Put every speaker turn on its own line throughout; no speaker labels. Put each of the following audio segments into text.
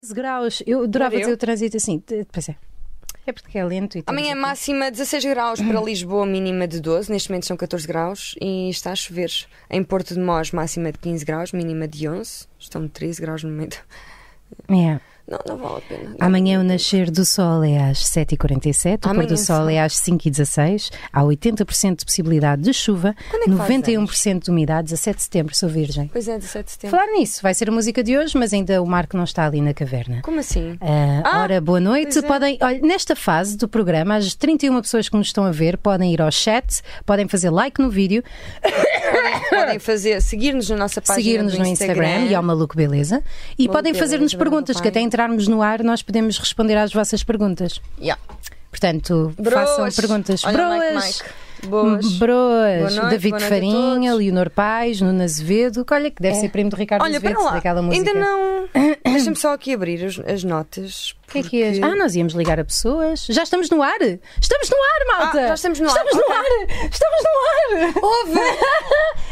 15 graus. Eu adorava
Era eu.
fazer o trânsito assim. T- Pois é. É porque é lento e
Amanhã
mais.
máxima 16 graus para Lisboa, mínima de 12. Neste momento são 14 graus e está a chover. Em Porto de Mós, máxima de 15 graus, mínima de 11. Estão 13 graus no momento.
É.
Não, não vale a pena.
Amanhã é o nascer do sol é às 7h47, o pôr
Amanhã,
do sol
sim.
é às 5h16, há 80% de possibilidade de chuva,
Quando é que faz
91% de umidade, 17 de setembro, sou virgem.
Pois é, 17 de setembro.
Falar nisso, vai ser a música de hoje, mas ainda o Marco não está ali na caverna.
Como assim?
Ah,
Ah,
ora, boa noite.
pois é.
Podem, olha, nesta fase do programa, as 31 pessoas que nos estão a ver podem ir ao chat, podem fazer like no vídeo,
Podem fazer, seguir-nos na nossa página.
seguir-nos
do
no Instagram, e ao Maluco Beleza, e
Maluco
podem fazer-nos
Beleza,
perguntas,
bem.
que até entrarmos no ar nós podemos responder às vossas perguntas.
Yeah.
Portanto, façam
Broas.
perguntas.
Olha,
Broas. Hum,
Mike, Mike. Boas. Boa
Broas,
noite,
David
boa noite a
Farinha,
todos.
Leonor Paz, Nuno Azevedo, que olha que deve
É.
ser primo do Ricardo
Olha,
Azevedo,
espera lá.
daquela música.
Ainda não. Deixa-me só aqui abrir as, as notas.
O que é que é? Ah, nós íamos ligar a pessoas. Já estamos no ar! Estamos no ar, malta!
Ah, já estamos no ar,
Estamos no ar! Estamos no ar!
Ouve!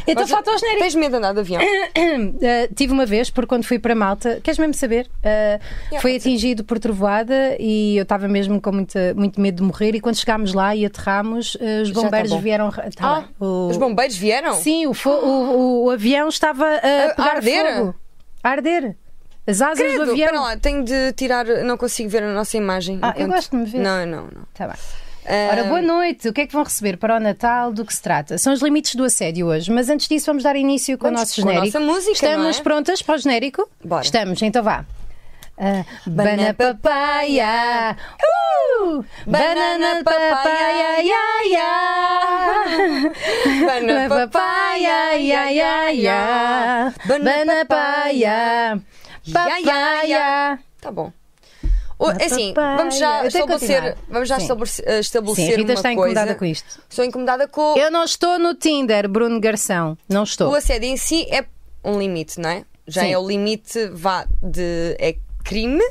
Então falta o genérico.
Tens medo de andar de avião?
Ah, tive uma vez, por quando fui para Malta, queres mesmo saber? Ah, foi atingido por trovoada e eu estava mesmo com muita, muito medo de morrer. E quando chegámos lá e aterramos, ah, os
Já tá
bombeiros
bom.
vieram. tá
Ah,
bem. O-
Os bombeiros vieram?
Sim, o, fo- o- o- o avião estava a,
A- a
pegar
arder?
fogo. A arder. As asas
Credo,
do
espera
avião.
lá, tenho de tirar, não consigo ver a nossa imagem.
Ah, eu
enquanto-
gosto de me ver.
Não, não, não.
Tá bem.
Ah,
Ora, boa noite. O que é que vão receber para o Natal? Do que se trata? São os limites do assédio hoje, mas antes disso vamos dar início com
Vamos
o nosso
com a
genérico.
nossa música,
Estamos
não é?
prontas para o genérico?
Bora.
Estamos, então vá. Ah, banana
Banana
papaya. Uh! Banana papaya, ya, ya.
Banana
Banana papaya, ya, ya, ya. Banana papaya.
Ya, ya, ya.
Papaya.
Tá bom. O- é assim,
Papaya.
vamos já
Eu tenho que
estabelecer,
continuar.
vamos já
Sim.
estabelecer, eh, estabelecer
Sim, a Rita
uma
está
coisa.
incomodada com isto.
Estou incomodada com
Eu não estou no Tinder, Bruno Garção. Não estou.
o assédio em si é um limite, não é? Já
Sim.
é o limite vá de é crime.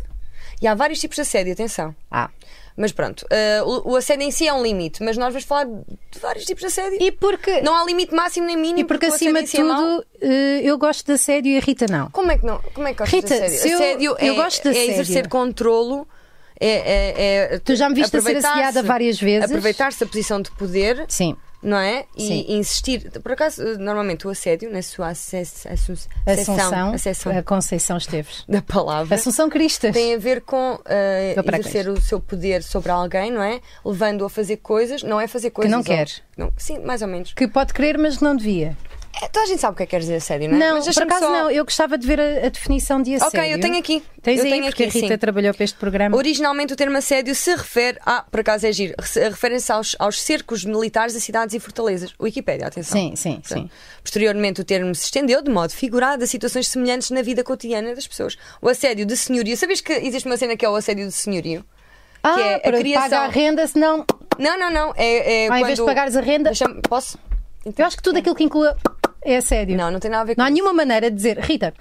E há vários tipos de assédio, atenção.
Ah.
Mas pronto, eh, o, o assédio em si é um limite, mas nós vamos falar de vários tipos de assédio.
E porque,
Não há limite máximo nem mínimo.
e porque
o
acima
assédio em
de
si é mau.
tudo, eh, eu gosto de assédio e a Rita não.
Como é que não? Como é que gostas
Rita,
de assédio?
se eu-
assédio é,
eu gosto de
é exercer
assédio.
controlo. É, é- é
Tu já me viste a ser
aproveitar-se-
assediada várias vezes.
Aproveitar-se da posição de poder,
Sim.
não é? E
Sim.
insistir. Por acaso, normalmente o assédio, na sua acess- assun-
Assunção,
acessão- acessão
a Conceição Esteves.
da palavra,
Assunção Cristas.
tem a ver com eh,
Vou parar com
exercer o seu poder sobre alguém, não é? Levando-o a fazer coisas, não é fazer coisas.
não
ou-
quer.
não- sim, mais ou menos.
Que pode querer, mas que não devia.
É, toda a gente sabe o que é que quer dizer assédio, não é?
Não,
Mas
por
deixa-me
acaso
só-
não. Eu gostava de ver a, a definição de assédio.
Ok, eu tenho aqui.
Tens
eu
aí,
tenho
porque
aqui,
a Rita
sim.
trabalhou para este programa.
Originalmente o termo assédio se refere a, por acaso é giro, se- referem-se aos, aos cercos militares a cidades e fortalezas. Wikipédia, atenção.
Sim, sim, sim.
Posteriormente o termo se estendeu de modo figurado a situações semelhantes na vida cotidiana das pessoas. O assédio de senhorio. Sabes que existe uma cena que é o assédio de senhorio?
Ah,
que é a
para
criação-
pagar a renda, senão.
Não, não, não. É, é
Ah, em
quando...
vez de pagares a renda-
Deixa-me- Posso? Então,
Eu acho que tudo aquilo que inclua é assédio.
Não, não tem nada a ver com
Não há
isso.
nenhuma maneira de dizer, Rita,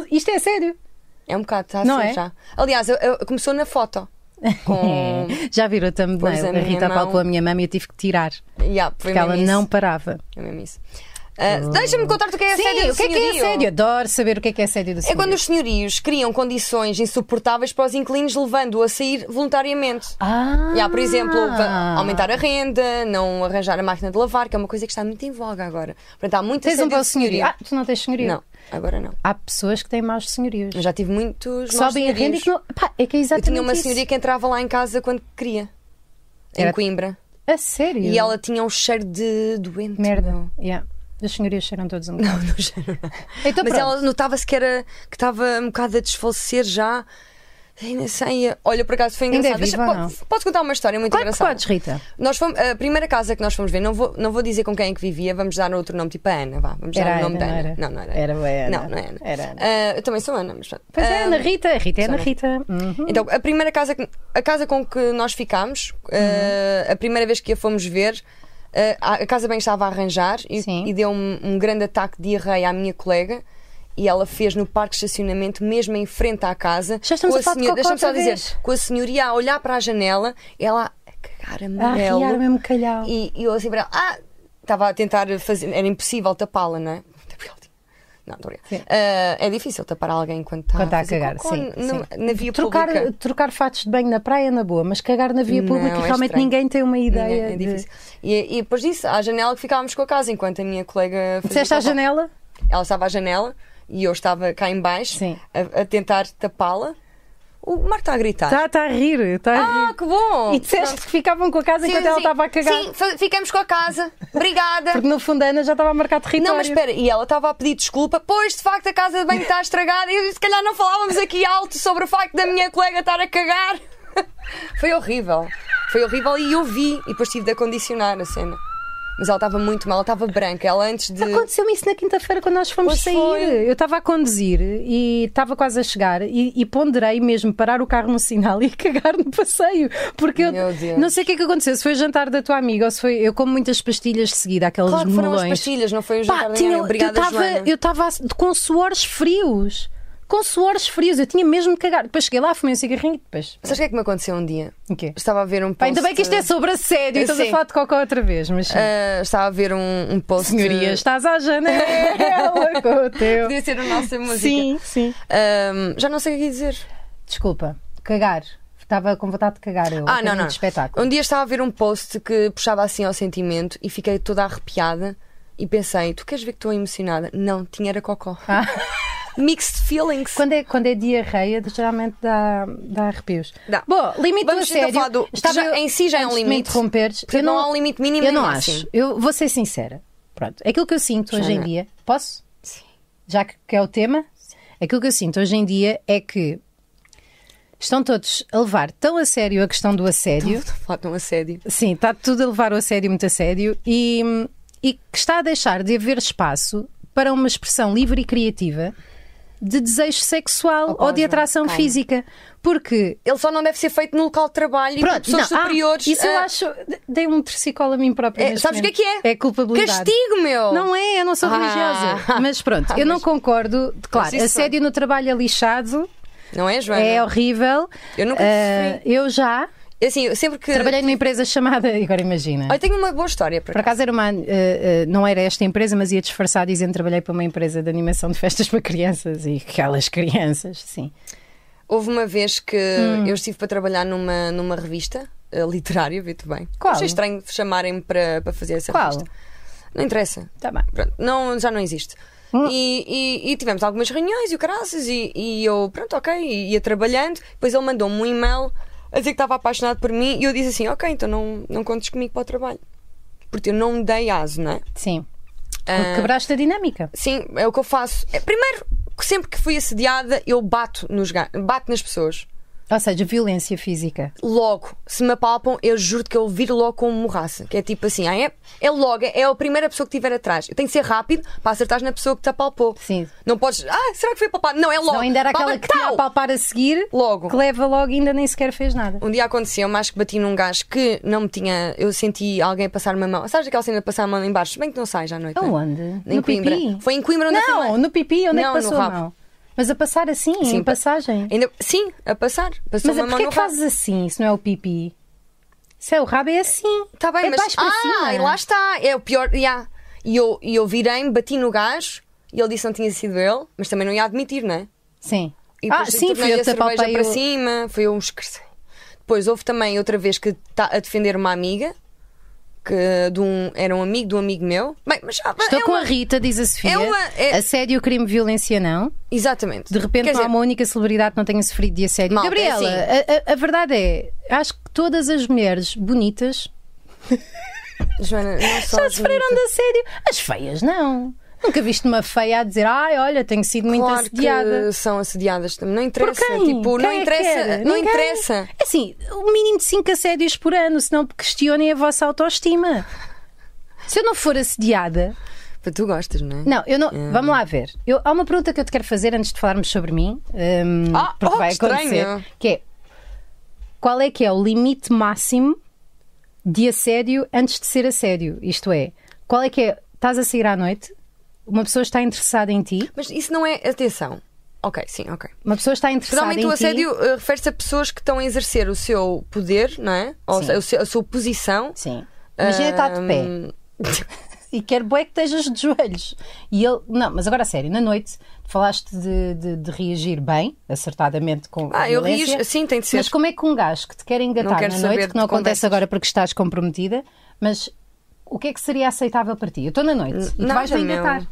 isto é assédio.
É um bocado, está a
Não
ser
é?
já. Aliás, eu- eu- começou na foto. Com...
Já virou
Hum.
também.
Pois a
A,
minha
Rita
mão-
apalpou a minha mama e eu tive que tirar.
yeah, foi
Porque ela
mesmo
não
isso.
parava.
É mesmo isso. Ah, Deixa-me contar-te o que é
Sim,
assédio de
o que é que é
senhorio.
assédio? Adoro saber o que é que é assédio do
É
senhorio.
quando os senhorios criam condições insuportáveis para os inquilinos, levando-o a sair voluntariamente.
Ah!
E há, por exemplo, va- aumentar a renda, não arranjar a máquina de lavar, que é uma coisa que está muito em voga agora. Portanto, há muita
Tens um
assédio
bom
de
senhorio. Ah, tu não tens senhorio?
Não, agora não.
Há pessoas que têm maus senhorios.
Eu já tive muitos. maus
Sobem a renda e
senhorios.
que não. Pá, é que é
Eu
exatamente
tinha uma
isso.
senhoria que entrava lá em casa quando queria, em
Era-
Coimbra.
A sério?
E ela tinha um cheiro de doente.
Merda.
meu.
Yeah. Os senhorios cheiram todos um bocado.
Não, não cheiro nada.
Então,
Mas
pronto.
ela notava-se que era que estava um bocado a desfalecer já. Ainda sei. Olha, por acaso foi
Ainda é
engraçado. Deixa-
viva ou
po-
não?
posso, contar uma história muito
Claro é que
engraçada?
podes, Rita.
Nós fomos, a primeira casa que nós fomos ver, não vou, não vou dizer com quem é que vivia, vamos dar outro nome, tipo a Ana, vá. Vamos
Era
dar o
Ana,
nome da
não
Ana.
era?
Não, não era.
Era bem Ana.
Não, não é Ana.
Era Ana.
Ah, eu também sou Ana, mas pronto.
Pois é,
Ah,
Ana Rita. A Rita é Ana
Ana.
Rita. Uhum.
Então, a primeira casa, que- a casa com que nós ficámos, eh, a primeira vez que a fomos ver, eh, a a casa bem estava a arranjar e,
Sim.
e deu um, um grande ataque de diarreia à minha colega. E ela fez no parque de estacionamento, mesmo em frente à casa.
Já estamos
com
a falar de cocó
senhora- deixa-me só
outra
dizer,
vez.
com a senhoria a olhar para a janela, ela a cagar
A
amarelo.
arriar mesmo calhau.
E, e eu assim para ela, ah, estava a tentar fazer, era impossível tapá-la, não é? Não, estou é difícil tapar alguém quando está
Quando tá a
fazer
cagar,
cocó
sim,
na, na via
Trocar,
pública.
trocar fatos de banho na praia na boa, mas cagar na via
Não,
pública
é
realmente
estranho.
ninguém tem uma ideia.
É, é
de-
difícil. E, e depois disso, à janela que ficávamos com a casa, enquanto a minha colega fazia
Disseste à
cocó.
janela?
Ela estava à janela e eu estava cá em baixo
Sim.
a, a tentar tapá-la. O Marco está a gritar.
Está tá a rir, está a rir.
Ah, que bom!
E disseste que ficavam com a casa
Sim,
enquanto ela
sim.
estava a cagar.
Sim, fa- ficamos com a casa. Obrigada.
Porque no fundo a Ana já estava a marcar território.
Não, mas espera, e ela estava a pedir desculpa, pois de facto a casa de banho está estragada e se calhar não falávamos aqui alto sobre o facto da minha colega estar a cagar. Foi horrível. Foi horrível e eu vi e depois tive de acondicionar a cena. Mas ela estava muito mal, ela estava branca. Ela antes de.
Aconteceu-me isso na quinta-feira quando nós fomos
Pois
sair.
foi.
Eu estava a conduzir e estava quase a chegar e, e ponderei mesmo parar o carro no sinal e cagar no passeio. Porque eu
Meu Deus.
não sei o que é que aconteceu. Se foi o jantar da tua amiga ou se foi. Eu como muitas pastilhas de seguida, aquelas
Claro que foram as
melões.
pastilhas, não foi o jantar
Pá,
da
tinha,
manhã.
eu
Obrigada,
estava-
Joana.
eu estava a- com suores frios. Com suores frios. Eu tinha mesmo de cagar. Depois cheguei lá, fumei um cigarrinho e depois.
Sabes o que é que me aconteceu um dia?
O quê?
Estava a ver um post.
Pá, ainda bem que isto é sobre assédio.
Eu
Estás a
sei.
falar de cocó outra vez, mas. sim.
Ah, estava a ver um, um post. eh,
Senhorias, estás à janela com o teu.
Podia ser a nossa música.
Sim, sim.
Ahm, já não sei o que dizer.
Desculpa, cagar. Estava com vontade de cagar eu.
Ah,
aquele
não, não.
De espetáculo.
Um dia estava a ver um post que puxava assim ao sentimento e fiquei toda arrepiada e pensei: tu queres ver que estou emocionada? Não, tinha era cocó.
Ah.
Mixed feelings.
Quando é, quando é diarreia, geralmente dá, dá arrepios.
Dá.
Bom, limite
Vamos
do
então
assédio.
falar do-
Estava
já-
eu-
em si já é um
antes de
limite.
Me interromperes.
Portanto,
eu
não há um limite mínimo
Eu não
nem
acho.
máximo.
Eu vou ser sincera. Pronto. Aquilo que eu sinto hoje em
Joana.
dia. Posso? Já que, que é o tema? Aquilo que eu sinto hoje em dia é que estão todos a levar tão a sério a questão do assédio.
Estou a falar de um assédio.
Sim, está tudo a levar o assédio muito a sério e, e que está a deixar de haver espaço para uma expressão livre e criativa de desejo sexual
Opa,
ou de
Joana,
atração
calma.
física. Porque.
Ele só não deve ser feito no local de trabalho e por
Pronto,
pessoas
não, ah,
superiores.
isso eu
ah,
acho. Dei um torcicolo a mim própria.
É,
neste
sabes o que é que
momento.
é?
É culpabilidade.
Castigo, meu!
Não é, eu não sou
Ah.
religiosa. Mas pronto, eu não
Mas-
concordo. Claro,
Mas isso-
assédio no trabalho é lixado,
Não é, Joana?
é horrível.
Eu nunca
Ah, eu já
Assim, eu sempre que.
trabalhei numa empresa chamada. Agora imagina.
Olha, tenho uma boa história para
Por acaso era uma, eh, eh, não era esta empresa, mas ia disfarçar dizendo que trabalhei para uma empresa de animação de festas para crianças e aquelas crianças, sim.
Houve uma vez que
Hum.
eu estive para trabalhar numa, numa revista eh, literária, vi-te bem.
Qual?
Achei estranho chamarem-me para, para fazer essa
Qual?
revista. Não interessa.
Tá bem.
Pronto, não, já não existe. E, e- e tivemos algumas reuniões e o caraças, e, e eu, pronto, ok, ia trabalhando. Depois ele mandou-me um e-mail a dizer que estava apaixonado por mim e eu disse assim: ok, então não, não contes comigo para o trabalho. Porque eu não me dei aso, não é?
Sim.
Ah.
Quebraste a dinâmica.
Sim, é o que eu faço. É, primeiro, sempre que fui assediada, eu bato, nos, ga- bato nas pessoas.
Ou seja, violência física.
logo, se me apalpam, eu juro que eu viro logo com uma morraça. Que é tipo assim, ah, é, é logo, é a primeira pessoa que estiver atrás. Tem que ser rápido para acertares na pessoa que te apalpou.
Sim.
Não podes, ah, será que foi apalpado? Não, é logo.
Não ainda era aquela
Palpa-
que tinha
Tau!
a palpar a seguir,
Logo.
que leva logo e ainda nem sequer fez nada.
Um dia aconteceu, mas que bati num gajo que não me tinha. Eu senti alguém passar uma mão. Sabes aquela cena de passar a mão em baixo? Se Bem que não sai já à noite. não é?
Aonde?
Em
no
Coimbra.
pipi?
Foi em Coimbra onde eu
Não,
filmei.
no pipi, onde é que
Não, no
passou a
rabo.
mão? Mas a passar assim, em
Sim, pa-
passagem.
Ainda... Sim, a passar. Passou
Mas
uma
é
mão
porque
no
é que
rabo.
fazes assim, se não é o pipi? Se é o rabo, é assim.
Tá bem,
é de
mas.
baixo para
ah,
cima.
e lá está. É o pior. já. E eu, e eu virei-me, bati no gajo e ele disse que não tinha sido ele, mas também não ia admitir, não é?
Sim.
E
ah,
depois
sim, fui
tornei
eu
a cerveja
tapapei
para
o...
cima, foi eu um escarcei. Depois houve também outra vez que está a defender uma amiga, que de um, era um amigo de um amigo meu. Bem, mas já-
Estou
é
com
uma-
a Rita, diz a Sofia.
é uma- é-
Assédio, crime, violência não.
Exatamente.
De repente
Quer
não há
dizer,
uma única celebridade que não tenha sofrido de assédio.
Malta, é
Gabriela, a, a- a verdade é, acho que todas as mulheres bonitas
Joana, não só
já
as
sofreram
bonitas.
de assédio. As feias não. Nunca viste uma feia a dizer, ai, olha, tenho sido muito
Claro
assediada.
que são assediadas também. Não
Por
interessa.
quem?
Tipo,
Quem
não
é que
interessa.
era?
Não
Ninguém.
interessa.
É Assim, o mínimo de 5 assédios por ano, senão questionem a vossa autoestima. Se eu não for assediada,
Mas Tu gostas, não é?
Não, eu não. Vamos lá ver. Eu- há uma pergunta que eu te quero fazer antes de falarmos sobre mim, hum,
Ah,
porque
oh,
vai
que
acontecer.
estranho.
Que é qual é que é o limite máximo de assédio antes de ser assédio? Isto é, qual é que é? Estás a sair à noite? Uma pessoa está interessada em ti?
Mas isso não é. Atenção. Ok, sim, ok.
Uma pessoa está interessada
Geralmente
em
o
ti?
assédio eh, refere-se a pessoas que estão a exercer o seu poder, não é? Ou
Sim.
se- a sua- a sua posição. Hum.
Sim. Imagina estar de pé.
Ahm,
e quero bué que estejas de joelhos. E ele, não, mas agora a sério, na noite falaste de, de- de reagir bem, acertadamente com a
Ah, eu ri.
violência.
Sim, tem de ser.
Mas como é que um gajo que te quer
Não
engatar
quero
na
saber
noite,
de
que não
conversas.
acontece agora porque estás comprometida, mas o que é que seria aceitável para ti? Eu estou na noite e tu
Nada,
vais-me
meu.
engatar.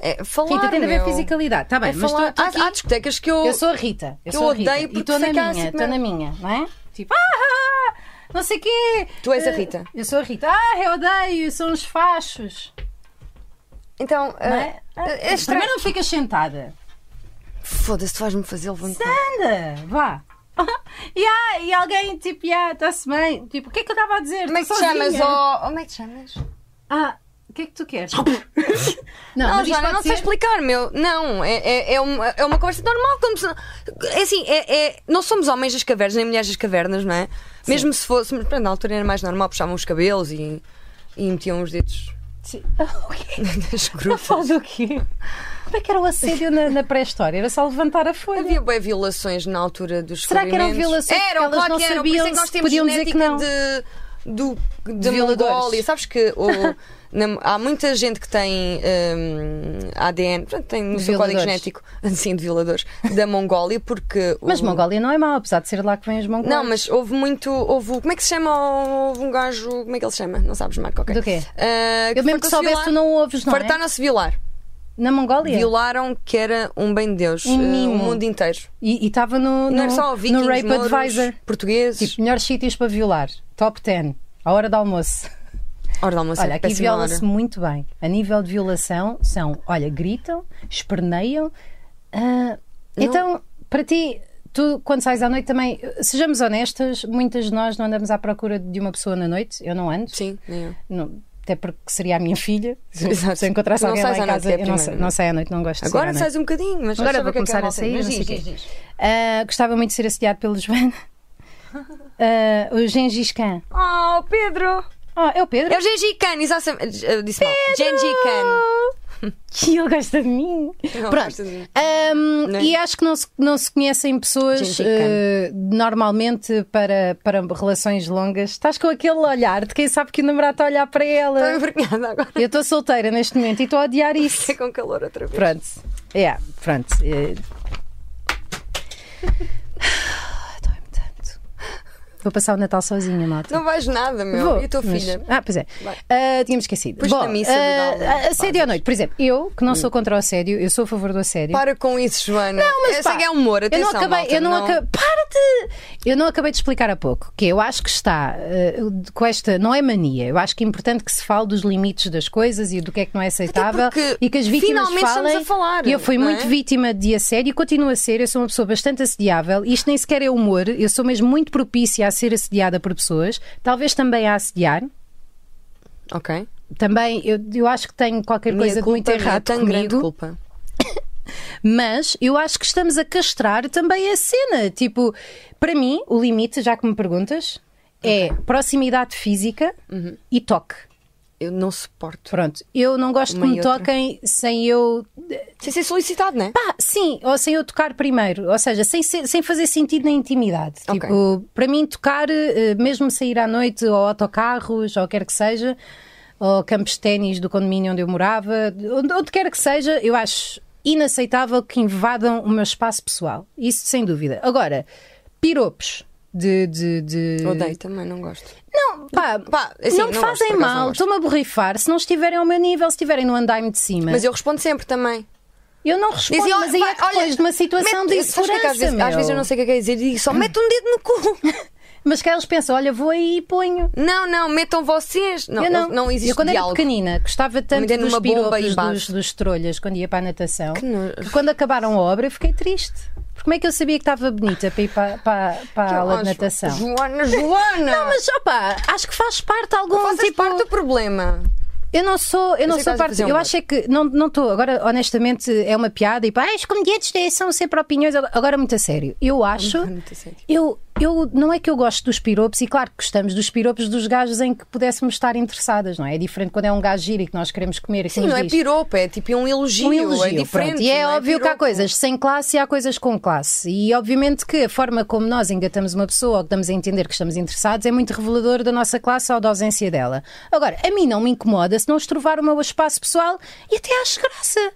É, falar,
Rita, tem de haver
meu.
fisicalidade. Está Tá bem,
É
mas estou
falar.
estou
Há-
aqui.
Há discotecas que eu.
Eu sou a Rita. Eu,
Eu
sou a
odeio
Rita.
porque
E estou na
fica assim,
minha,
tipo,
estou na minha, não é? Tipo, ah, não sei quê.
Tu és a
Eh,
Rita.
Eu sou a Rita. Ah, eu odeio, são os fachos.
Então,
Não
é,
é? Ah,
é estranho.
Primeiro não ficas sentada.
Foda-se, tu vais-me fazer levantar.
Anda, vá. e, há- e alguém, tipo, ah, está-se bem. Tipo, o que é que eu estava a dizer?
Como é que
Estou
te chamas?
sozinha.
ó? Como é que te chamas?
Ah, o que é que tu queres? não,
Não,
mas isto
Ah, Joana,
pode
não sei
ser-
explicar, meu. Não, é, é, é uma, é uma conversa normal. Como se, é assim, é, é- não somos homens das cavernas, nem mulheres das cavernas, não é? Mesmo se fôssemos. pronto, Na altura era mais normal, puxavam os cabelos e, e metiam os dedos
Sim. Ah, o quê?
nas
Não
grutas.
faz o quê? Como é que era o assédio na, na pré-história? Era só levantar a folha.
Havia bem violações na altura dos
Será que eram
descobrimentos.
violações porque
Eram,
elas
claro
não
que eram. Por isso
sabiam
é que nós
se
temos
podiam dizer
genética
que não?
de, do, de
violadores.
Mongólia. Sabes que o- na- há muita gente que tem hum, ADN, portanto, tem no
De
seu código
violadores.
genético, assim, de violadores, da Mongólia, porque. o-
Mas Mongólia é? não é mau, apesar de ser de lá que vêm os mongóis.
Não, mas houve muito. Houve, o- como é que se chama? o- Houve um gajo. Como é que ele se chama? Não sabes, Marco? ok.
Do quê?
Ah,
Eu mesmo que
fartou-se
soubesse,
violar-
tu não ouves, não é?
Fartaram-se violar.
Na Mongólia?
Violaram que era um bem de Deus.
Um
ah, o
mimo.
mundo inteiro.
E e estava no,
Não
no,
era só vikings,
no Rape
mouros,
Advisor.
portugueses.
Tipo, melhores sítios para violar. Top 10. A hora do almoço.
Ora, dá uma
Olha, aqui
péssima
viola-se
hora.
muito bem. A nível de violação, são, olha, gritam, esperneiam. Ah, então, para ti, tu, quando sais à noite também, sejamos honestas, muitas de nós não andamos à procura de uma pessoa na noite. Eu não ando.
Sim, é. nem eu.
Não, até porque seria a minha filha. Se,
Exato.
se eu encontrasse
Tu não
alguém
sais
lá
à
em
noite,
casa,
é a
eu não,
primeira,
sei-
não é?
não saio à noite, não gosto de sair à
Agora
noite.
sais um bocadinho, mas
Agora
sabe
vou
o que é que
começar
é
a
malta.
sair.
Mas
não sei
diz,
o quê.
diz, diz.
Ah, gostava muito de ser assediado pelo Joana. Ah, o Gengis Khan.
Oh, Pedro!
Ah, é o Pedro?
É o Genji Khan, exatamente. Eu disse mal. Genji Khan.
Que ele gosta de mim.
Ele
Pronto.
gosta de mim.
Ahm,
Não é?
e acho que não se, não se conhecem pessoas
Gente,
eh, normalmente para, para relações longas. Estás com aquele olhar de quem sabe que o namorado está a olhar para
Estou
ela.
envergonhada agora.
Eu estou solteira neste momento e estou a odiar isso.
É com calor outra vez.
Pronto. Yeah, pronto. Eh, Dói-me tanto. Vou passar o Natal sozinha, malta.
Não vais nada, meu.
Vou,
e a tua
mas-
filha?
Ah, pois é.
Vai.
Ah, tínhamos esquecido.
Pus na missa do
ah,
Dalai Lama,
assédio à
fazes.
noite. Por exemplo, eu, que não sou contra o assédio, eu sou a favor do assédio.
Para com isso, Joana. Não,
mas
Eu
pá,
sei que é humor,
eu
atenção.
não acabei,
malta,
eu não, acabei, para de, eu não acabei de explicar há pouco que eu acho que está eh, com esta não é mania, eu acho que é importante que se fale dos limites das coisas e do que é que não é aceitável
porque
e que as vítimas
finalmente estamos
falem.
a falar,
e eu fui
não
muito
é?
vítima de assédio e continuo a ser, eu sou uma pessoa bastante assediável, isto nem sequer é humor, eu sou mesmo muito propícia a ser assediada por pessoas, talvez também a assediar.
Ok.
Também eu, eu acho que tenho qualquer coisa de muito
minha é
errado
tão grande
comigo,
culpa.
mas eu acho que estamos a castrar também a cena. Tipo, para mim, o limite, já que me perguntas, é proximidade física
Uhum.
e toque.
Eu não suporto.
Pronto, eu não gosto
Uma
que
e
me
outra.
toquem sem eu.
Sem ser solicitado, não é?
Pá, Ah, sim, ou sem eu tocar primeiro, ou seja, sem, ser- sem fazer sentido na intimidade.
Ok.
Tipo, para mim, tocar, eh, mesmo sair à noite ou autocarros ou o que quer que seja, ou campos de ténis do condomínio onde eu morava, onde, onde quer que seja, eu acho inaceitável que invadam o meu espaço pessoal. Isso sem dúvida. Agora, piropos de. de, de...
Odeio também, não gosto.
Não, pá,
Pá, assim,
não me
não gosto,
fazem
por acaso não
mal,
gosto.
estou-me a borrifar se não estiverem ao meu nível, se estiverem no andaime de cima.
Mas eu respondo sempre também.
Eu não respondo,
Dizem,
mas aí
vai,
é que depois de uma situação
mete-
de
sabes o que é que
insegurança,
às, vezes,
meu.
às vezes eu não sei o que é que é dizer e digo só mete um dedo no cu.
Mas que eles pensam, olha, vou aí e ponho.
não, não, metam vocês. Não,
eu não.
não existe
eu quando
diálogo.
era pequenina, gostava tanto
Meter numa
dos
bomba e
piropos dos,
basta.
dos trolhas quando ia para a natação, que,
nojo.
quando acabaram a obra eu fiquei triste. Porque como é que eu sabia que estava bonita para ir para, para, para a aula de
Nossa,
natação?
Joana, Joana!
Não, mas opa, acho que faz parte de algum
Fazes
tipo...
parte do problema.
Eu não sou, eu não
sei que
sou
estás a
parte.
fazer
Eu
humor.
acho é que não não estou. Agora, honestamente, é uma piada e pá, "Ai, os comediantes têm- são sempre opiniões. Agora, muito a sério. tipo. Eu acho.
Muito a sério.
Eu eu não é que eu gosto dos piropos, e claro que gostamos dos piropos dos gajos em que pudéssemos estar interessadas, não é? É diferente quando é um gajo giro e que nós queremos comer e que
Sim,
nos
não é
diz,
piropo, é tipo um elogio.
um elogio,
é diferente.
pronto. E é
não um
óbvio que há
piropo.
coisas sem classe e há coisas com classe. E obviamente que a forma como nós engatamos uma pessoa ou que damos a entender que estamos interessados é muito revelador da nossa classe ou da ausência dela. Agora, a mim não me incomoda se não estrovar o meu espaço pessoal e até acho graça.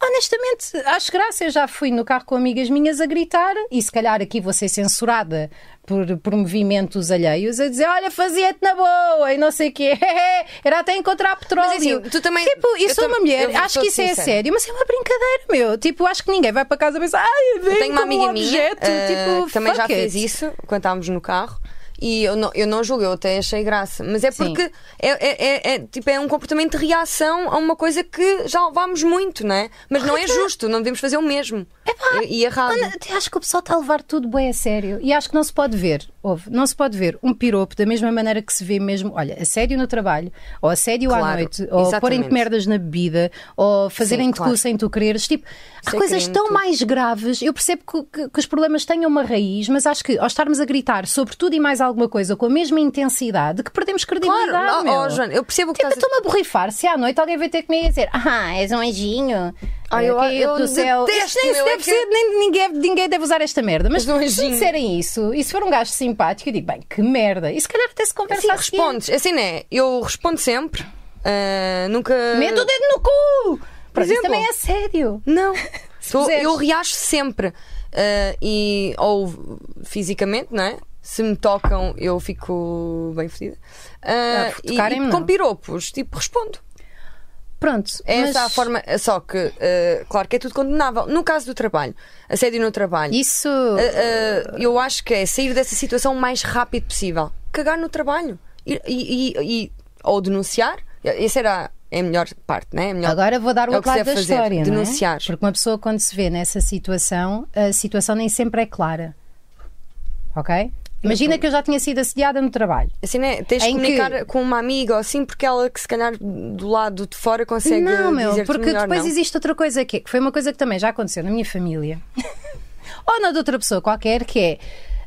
Honestamente, acho graça. Eu já fui no carro com amigas minhas a gritar e se calhar aqui vou ser censurada por, por movimentos alheios a dizer olha, fazia-te na boa e não sei o quê. Era até encontrar petróleo.
assim, tu também-
Tipo, eu
eu
sou uma
tam-
mulher,
eu vou-
acho
sou
que isso é
sincera.
sério, mas é uma brincadeira, meu. Tipo, acho que ninguém vai para casa pensar, ai, vem
Eu tenho uma
como
amiga
um objeto.
minha ah,
tipo,
que também já
fuck
fez
it.
isso quando estávamos no carro. E eu não, eu não julgo, eu até achei graça. Mas é
Sim.
porque é, é- é- é, tipo, é um comportamento de reação a uma coisa que já levámos muito, não é? Mas não é justo, não devemos fazer o mesmo. e, e errado.
Ana, até acho que o pessoal está a levar tudo bem a sério e acho que não se pode ver, ouve, não se pode ver um piropo da mesma maneira que se vê mesmo, olha, assédio no trabalho, ou assédio à
Claro,
noite, ou
exatamente.
porem-te merdas na bebida, ou fazerem-te
claro. é
cu sem tu quereres. Tipo, há
Sem
coisas
querer
tão
muito.
mais graves. Eu percebo que, que- que os problemas tenham uma raiz, mas acho que ao estarmos a gritar sobre tudo e mais alguma coisa com a mesma intensidade, que perdemos credibilidade.
Claro, ó,
meu.
ó, Joana, eu percebo o que
Tipo, eu
estás
estou-me
a
a borrifar. Se à noite alguém vai ter comigo e dizer Ah, és um anjinho.
Ai, eu-
Que
É eu
do céu. Isto
detesto,
nem se
meu, é
deve
que-
ser- nem- ninguém, ninguém deve usar esta merda. Mas
Mas um
se
anjinho.
disserem isso, e se for um gajo simpático, eu digo Bem, que merda. E se calhar até se conversa
Sim,
a seguir.
respondes. Assim, né? Eu respondo sempre. ah, nunca.
Mete o dedo no cu! Por isso
exemplo.
também é sério.
Não. Tô-
fizeres.
eu reajo sempre. Ah, e, ou fisicamente, não é? Se me tocam, eu fico bem fedida. Ah,
Ah, por
e-
tocarem-me,
e com
não.
piropos, tipo, respondo.
Pronto.
É
mas
essa a forma. Só que, ah, claro que é tudo condenável. No caso do trabalho, assédio no trabalho,
Isso.
ah, ah, eu acho que é sair dessa situação o mais rápido possível. Cagar no trabalho. E, e- e- e- ou denunciar. Essa era a melhor parte, não é? A melhor
Agora vou dar o
é o que se
lado da
deve fazer,
história. não é?
denunciar.
Porque uma pessoa, quando se vê nessa situação, a situação nem sempre é clara. Ok? Imagina
Então.
que eu já tinha sido assediada no trabalho.
Assim, né? Tens de
Em que-
comunicar com uma amiga ou assim, porque ela que se calhar do lado de fora consegue
Não, meu,
dizer-te
porque
melhor,
depois
não.
existe outra coisa que, é- que foi uma coisa que também já aconteceu na minha família ou na de outra pessoa qualquer, que é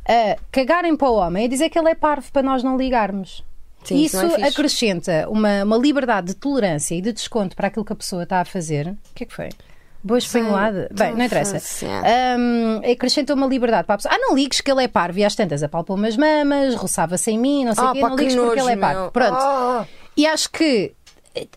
ah, cagarem para o homem e dizer que ele é parvo para nós não ligarmos.
Sim,
E
isso
isso
não é fixe.
acrescenta uma, uma liberdade de tolerância e de desconto para aquilo que a pessoa está a fazer. O que é que foi? Boa espanholada.
Sei,
Bem, não interessa.
estou a
Ahm, acrescenta uma liberdade para a pessoa. Ah, não ligues que ele é parvo. E às tantas apalpou-me as mamas, roçava-se em mim, não sei o
Ah,
quê.
pá,
não
que
ligues porque
nojo,
ele é parvo.
meu.
Pronto.
Ah.
E acho que eh,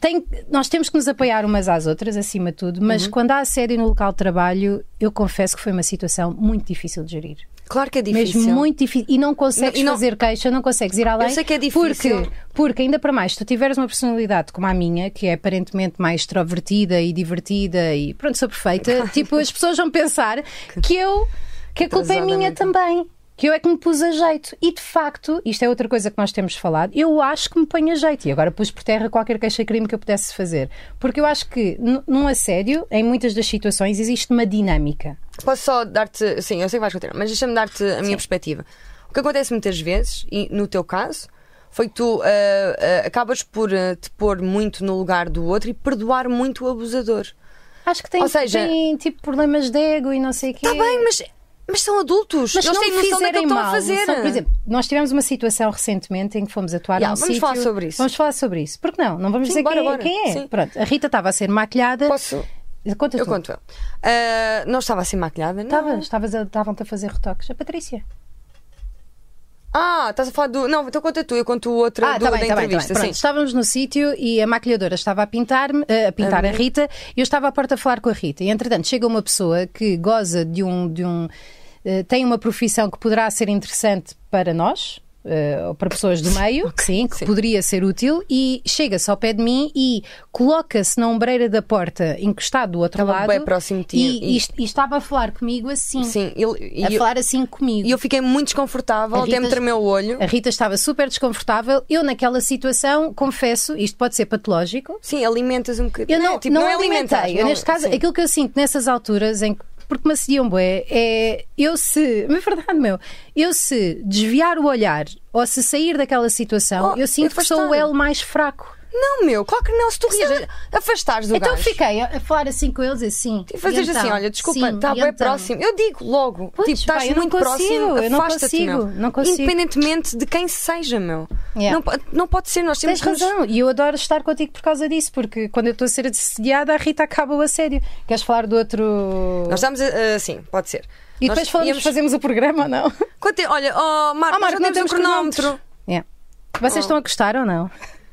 tem- nós temos que nos apoiar umas às outras, acima de tudo, mas
Uhum.
quando há assédio no local de trabalho, eu confesso que foi uma situação muito difícil de gerir.
Claro que é difícil.
Mesmo muito difícil. E não consegues
Não, e não-
fazer queixa, não consegues ir além.
sei que é difícil.
Porque, porque, ainda para mais, se tu tiveres uma personalidade como a minha, que é aparentemente mais extrovertida e divertida e pronto, sou perfeita, tipo, as pessoas vão pensar que eu. que a culpa é minha
Atrasadamente.
também. Que eu é que me pus a jeito. E de facto, isto é outra coisa que nós temos falado, eu acho que me ponho a jeito. E agora pus por terra qualquer queixa-crime que eu pudesse fazer. Porque eu acho que n- num assédio, em muitas das situações, existe uma dinâmica.
Posso só dar-te. Sim, eu sei que vais continuar, mas deixa-me dar-te a minha perspectiva. O que acontece muitas vezes, e no teu caso, foi que tu ah, ah, acabas por ah, te pôr muito no lugar do outro e perdoar muito o abusador.
Acho que tem,
Ou seja-
tem, tipo problemas de ego e não sei o quê.
Está Tá bem, mas, É. mas são adultos.
Tá Mas se
Eles
não
têm noção daquilo que
fizerem
estão
mal,
a fazer.
são- por exemplo, nós tivemos uma situação recentemente em que fomos atuar
Yeah,
num
vamos falar
sítio-
sobre isso.
Vamos falar sobre isso. Porque não? Não vamos dizer
Sim, bora,
quem, é-
bora.
quem é.
Sim.
Pronto, a Rita estava a ser maquilhada.
Posso.
Conta
Eu
tu.
conto. eu. Ah, não estava assim maquilhada, não.
Estavas- estavas a- Estavam-te a fazer retoques. A Patrícia.
Ah, estás a falar do. Não, então conta tu, eu conto o outro
Ah,
do,
tá bem,
da
tá bem, tá bem.
entrevista.
Pronto,
sim.
Estávamos no sítio e a maquilhadora estava a pintar-me, eh, a pintar
Uhum.
a Rita, e eu estava à porta a falar com a Rita. E entretanto chega uma pessoa que goza de um. De um eh, tem uma profissão que poderá ser interessante para nós. eh, ou para pessoas do meio, sim, que poderia ser útil, e chega-se ao pé de mim e coloca-se na ombreira da porta, encostado do outro
Estava
lado,
bem próximo de ti
e,
e-
e est- e estava a falar comigo assim,
Sim, e, e
a
eu,
falar assim comigo.
e eu fiquei muito desconfortável,
A
até me
Rita-
tremeu o olho.
A Rita estava super desconfortável. Eu, naquela situação, confesso, isto pode ser patológico.
Sim, alimentas um bocadinho.
Eu não,
tipo,
não,
é alimentar,
alimentei. Eu,
não-
neste caso,
sim.
aquilo que eu sinto nessas alturas em que. Porque me assediam bué, é eu se. Mas é verdade, meu. Eu se desviar o olhar ou se sair daquela situação,
Oh,
eu sinto que sou o
afastar.
elo mais fraco.
Não, meu, claro que não. Se tu reajas, afastares do
Então
gajo.
fiquei a, a falar assim com eles assim.
E fazes
então?
assim, olha, desculpa,
Sim,
está
e
bem
então?
próximo. Eu digo logo,
Pois,
tipo, estás
pá, eu não
muito
consigo,
próximo,
eu não
afasta-te,
consigo,
meu.
não consigo.
Independentemente de quem seja, meu.
Yeah.
Não, po- não pode ser, nós temos
Tens
que nos-
razão, e eu adoro estar contigo por causa disso, porque quando eu estou a ser assediada, a Rita acaba o assédio. Queres falar do outro.
Nós estamos a- assim, pode ser.
e
Nós
depois falamos,
íamos-
fazemos o programa ou não?
Quanto tempo- Olha, oh, Marco,
Ah, Marco,
nós
não
não temos
temos
um cronómetro.
cronómetro. Oh. Yeah. Vocês estão a gostar ou não?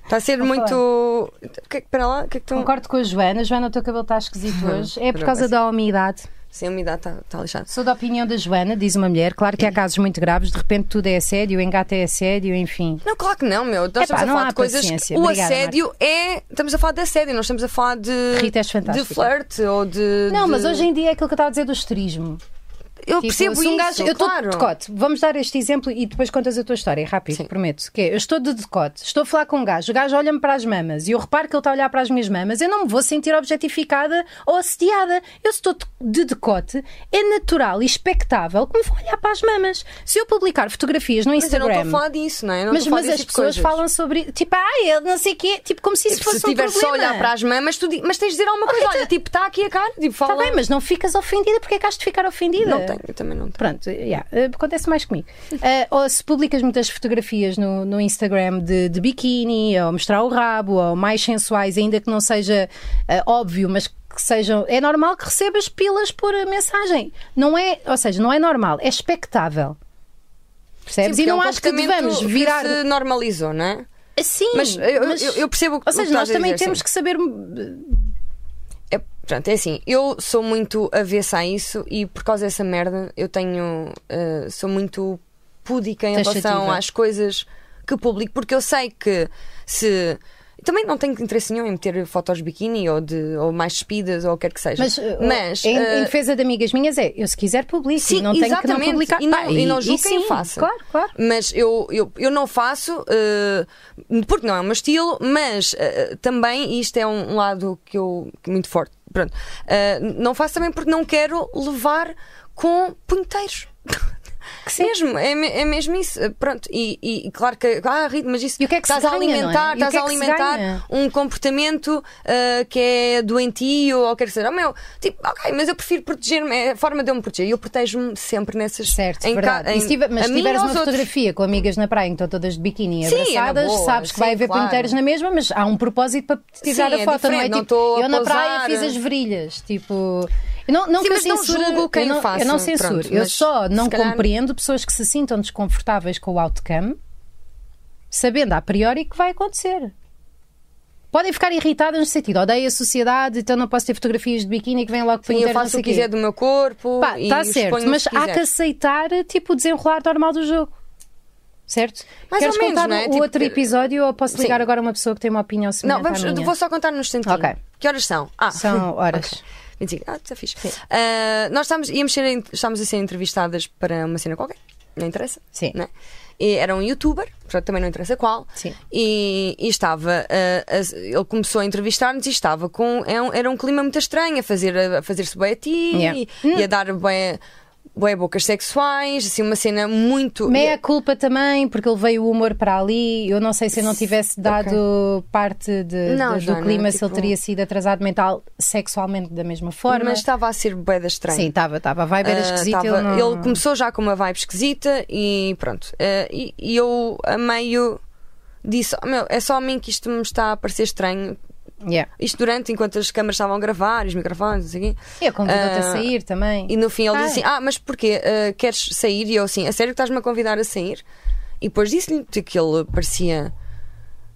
Está Tá a ser muito. O que é que- Espera lá, o que é que estão.
Concordo com a Joana. Joana, o teu cabelo está esquisito hoje. É por
Não,
causa
vai ser.
da umidade.
Sim, a umidade está tá lixada.
Sou da opinião da Joana, diz uma mulher. Claro que há casos muito graves, de repente tudo é assédio, engata é assédio, enfim.
Não, claro que não, meu. Nós
Epá,
estamos a
não
falar
há
de coisas. Que...
paciência.
O
Obrigada,
assédio é. Estamos a falar de assédio, nós estamos a falar de.
Rita, és
de
fantástica.
flerte ou de.
Não, mas
de-
hoje em dia é aquilo que eu estava a dizer do esterismo.
Eu
Tipo,
percebo
se um
isso.
gajo- eu estou
claro.
de decote. Vamos dar este exemplo e depois contas a tua história, rápido, prometo. Que é, eu estou de decote, estou a falar com um gajo, o gajo olha-me para as mamas e eu reparo que ele está a olhar para as minhas mamas, eu não me vou sentir objetificada ou assediada. Eu se estou de- de decote, é natural e expectável que me vão olhar para as mamas. Se eu publicar fotografias no
Mas eu não
Instagram.
estou a falar disso, não é? Eu não
mas,
estou a falar
mas
desse
as
tipo de
pessoas
coisas.
falam sobre. Tipo, ah, ele não sei o quê. Tipo, como se isso
Tipo,
fosse
se tiveres
um
só a
problema.
olhar para as mamas, tu di- mas tens de dizer alguma coisa. Olha, tipo, está aqui a cara. Tipo, fala.
Está Tá bem, né? mas não ficas ofendida porque é que has de ficar ofendida.
Não tenho, eu também não tenho.
Pronto, yeah, eh, acontece mais comigo. Eh, ou se publicas muitas fotografias no, no Instagram de, de biquíni, ou mostrar o rabo, ou mais sensuais, ainda que não seja eh, óbvio, mas que sejam. É normal que recebas pilas por eh, mensagem. Não é, ou seja, não é normal, é expectável. Percebes?
Sim,
e
porque é
não
um
acho que
comportamento
devamos virar.
Que se normalizou, não é?
Sim,
Mas eu- eu- eu percebo o que-
Ou
o
seja,
que
nós
estás a
também
dizer,
temos
sim.
que saber.
É, pronto, é assim, eu sou muito avessa a isso e por causa dessa merda eu tenho. eh, sou muito púdica em
Taxativa.
relação às coisas que publico, porque eu sei que se. Também não tenho interesse nenhum em meter fotos de biquíni ou, de, ou mais despidas ou o que quer que seja.
Mas, eh,
Mas,
em,
eh,
em defesa de amigas minhas é, eu se quiser publico,
Sim,
e não tenho que não
exatamente.
publicar.
E não,
Pá,
e não julgo
e
quem
sim,
faça.
Claro, claro.
Mas eu, eu, eu não faço, eh, porque não é o meu estilo, mas eh, também, e isto é um lado que eu. que é muito forte, pronto. eh, não faço também porque não quero levar com punheteiros. mesmo, é, me- é mesmo isso. eh, Pronto, e, e- e claro que. Ah, Rita, mas isso.
E o que é que se
estás a
ganha, não é?
alimentar,
E o
estás
que é
a
que se
alimentar
ganha?
um comportamento ah, que é doentio ou quer dizer, oh meu, tipo, ok, mas eu prefiro proteger-me, é a forma de eu me proteger. E eu protejo-me sempre nessas.
Certo,
em ca-
verdade. E
em-
se tiver- mas
a
se
mim
tiveres
ou
uma
aos outros.
fotografia com amigas na praia em que estão todas de biquíni e
Sim, é na
abraçadas,
boa,
sabes que vai
sim,
haver
claro.
ponteiros na mesma, mas há um propósito para tirar
Sim,
a
é
foto, não é?
diferente, não
Tipo,
estou a
eu na
posar.
praia fiz as virilhas, tipo. eu Não, não
Sim,
que eu
mas não
censure-
julgo quem
eu não,
faça,
Eu não
pronto,
censuro. eu
mas
só não
se calhar-
compreendo pessoas que se sintam desconfortáveis com o outcome, sabendo a priori que vai acontecer. Podem ficar irritadas no sentido, odeio a sociedade, então não posso ter fotografias de biquíni que vêm logo
Sim,
ponteiros,
eu
não
faço
sei
o que quiser
quê.
do meu corpo.
Pá,
e
está
exponho-me
certo, mas
se
há que
quiser.
aceitar tipo o desenrolar normal do jogo. Certo?
Mais
Queres
ou menos,
contar
não é?
o
Tipo,
outro
que-
episódio ou posso
Sim.
ligar agora uma pessoa que tem uma opinião semelhante
Não, vamos,
à tá minha?
vou só contar num instantinho.
Ok.
Que horas são? Ah,
São horas.
Ok. 25. Ah, está fixe. Ah, nós estávamos, íamos ser, estávamos a ser entrevistadas para uma cena qualquer, não interessa.
Sim.
Né? E era um youtuber, portanto também não interessa qual.
Sim.
E, e estava. ah, a- ele começou a entrevistar-nos e estava com. é um- Era um clima muito estranho, a fazer- a fazer-se fazer bem a ti
Yeah. Hum.
e, e a dar bem. Boé bocas sexuais, assim, uma cena muito.
Tipo, Meia culpa também, porque ele veio o humor para ali. Eu não sei se eu não tivesse dado parte de-
Não,
de-
Joana,
do clima, se
tipo-
ele teria sido atrasado mental sexualmente da mesma forma.
Mas estava a ser bué da estranha.
Sim, estava, estava. A vibe era
Ah,
esquisita.
estava-
ele não-
ele começou já com uma vibe esquisita e pronto. Ah, e, e eu a meio disse: "Oh, meu, é só a mim que isto me está a parecer estranho.
Yeah.
Isto durante enquanto as câmaras estavam a gravar, e os microfones, não sei o quê.
E eu convidou-te
Ah,
a sair também.
E no fim ele
Ah.
disse assim: Ah, mas porquê? Ah, queres sair? E eu assim: A sério que estás-me a convidar a sair? E depois disse-lhe que ele parecia.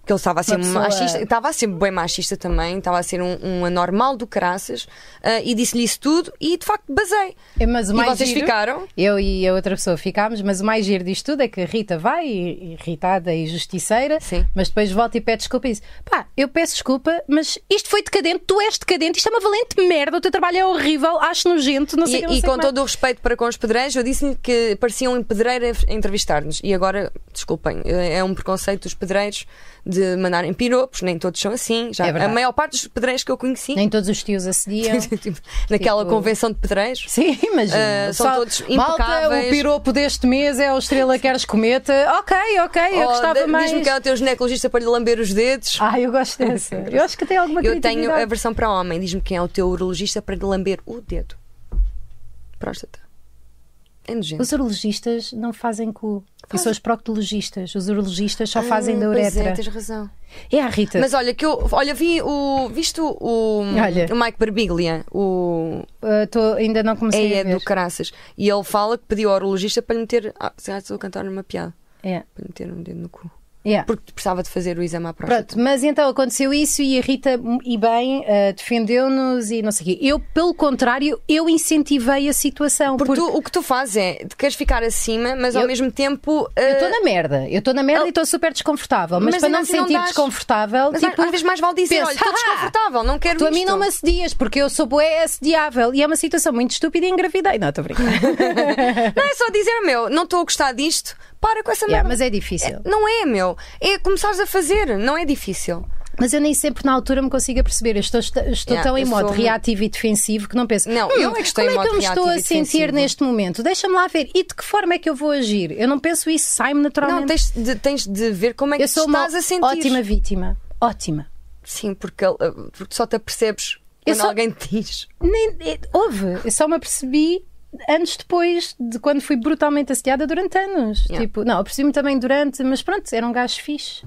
Que ele estava a ser
Uma pessoa-
machista, estava a ser bem machista também, estava a ser um, um anormal do caraças, ah, e disse-lhe isso tudo, e de facto basei.
é, Mas o
assim, "Ah, E
mais
vocês
giro-
ficaram?
Eu e a outra pessoa ficámos, mas o mais giro disto tudo é que a Rita vai, irritada e justiceira,
Sim.
mas depois volta e pede desculpa e diz: pá, eu peço desculpa, mas isto foi decadente, tu és decadente, isto é uma valente merda, o teu trabalho é horrível, acho nojento, não sei o
E,
que, não
e
sei
com
como é."
todo o respeito para com os pedreiros, eu disse-lhe que eh, pareciam em pedreiro a f- a entrevistar-nos. E agora, desculpem, é é um preconceito dos pedreiros de de mandarem piropos, nem todos são assim. Já,
É
a
verdade.
maior parte dos pedreiros que eu conheci,
Nem todos os tios acediam.
tipo, naquela
Tipo-
convenção de pedreiros,
Sim, imagina.
Ah, são
Só-
todos
Malta,
impecáveis.
o piropo deste mês é o Estrela Queres Cometa. Ok, ok, eu
Oh,
gostava
de-
mais.
Diz-me que é o teu ginecologista para lhe lamber os dedos.
Ah, eu gosto dessa. Eu acho que tem alguma
eu tenho a
criatividade.
versão para homem. Diz-me quem é o teu urologista para lhe lamber o dedo. Próstata. É nojento.
Os urologistas não fazem cu. E são os proctologistas. Os urologistas só fazem da
Ah, pois
uretra.
É, tens razão.
É a Rita.
Mas olha, que eu. Olha, vi o. Viste o.
Olha.
O Mike Barbiglia, o.
Ah, tô- ainda não comecei
É,
a
é
ver.
do caraças. E ele fala que pediu ao urologista para lhe meter. Ah, se calhar estou a cantar numa piada.
É.
Para lhe meter um dedo no cu.
Yeah.
Porque precisava de fazer o exame à próstata.
Pronto, mas então aconteceu isso e a Rita, hum, e bem, ah, defendeu-nos e não sei o quê. Eu, pelo contrário, eu incentivei a situação.
Porque,
Porque,
tu- o que tu fazes é. tu Queres ficar acima, mas ao
Eu-
mesmo tempo.
eu
ah,
estou na merda. Eu estou na merda e estou super desconfortável. Mas,
Mas
para
ainda
não me
assim não
sentir
dás.
desconfortável,
Mas
tipo,
às vezes mais vale dizer,
penso,
olha, estou
"Ah,
desconfortável, não quero
Tu a mim
isto."
não me assedias, porque eu sou boé assediável. E é uma situação muito estúpida e engravidei. Não, estou a brincar.
Não é só dizer, meu, não estou a gostar disto, para com essa
Yeah,
merda.
mas é difícil.
Não é, meu. É começares a fazer, não é difícil.
Mas eu nem sempre na altura me consigo perceber. Eu estou, estou
Yeah,
tão em
eu sou
modo
muito-
reativo e defensivo que não penso.
Não, eu é que estou
como
em
é que
modo
eu me estou a
reativo e
sentir
defensivo."
neste momento? Deixa-me lá ver. E de que forma é que eu vou agir? Eu não penso isso, sai-me naturalmente.
Não, tens de, tens de ver como é que
eu sou
te
uma
estás a sentir.
ótima vítima. Ótima.
Sim, porque, uh, porque só te apercebes
Eu
quando
só-
alguém te diz.
Nem, eh, houve, eu só me apercebi anos depois de quando fui brutalmente assediada durante anos.
Yeah.
Tipo, não, apercebi-me também durante, mas pronto, era um gajo fixe.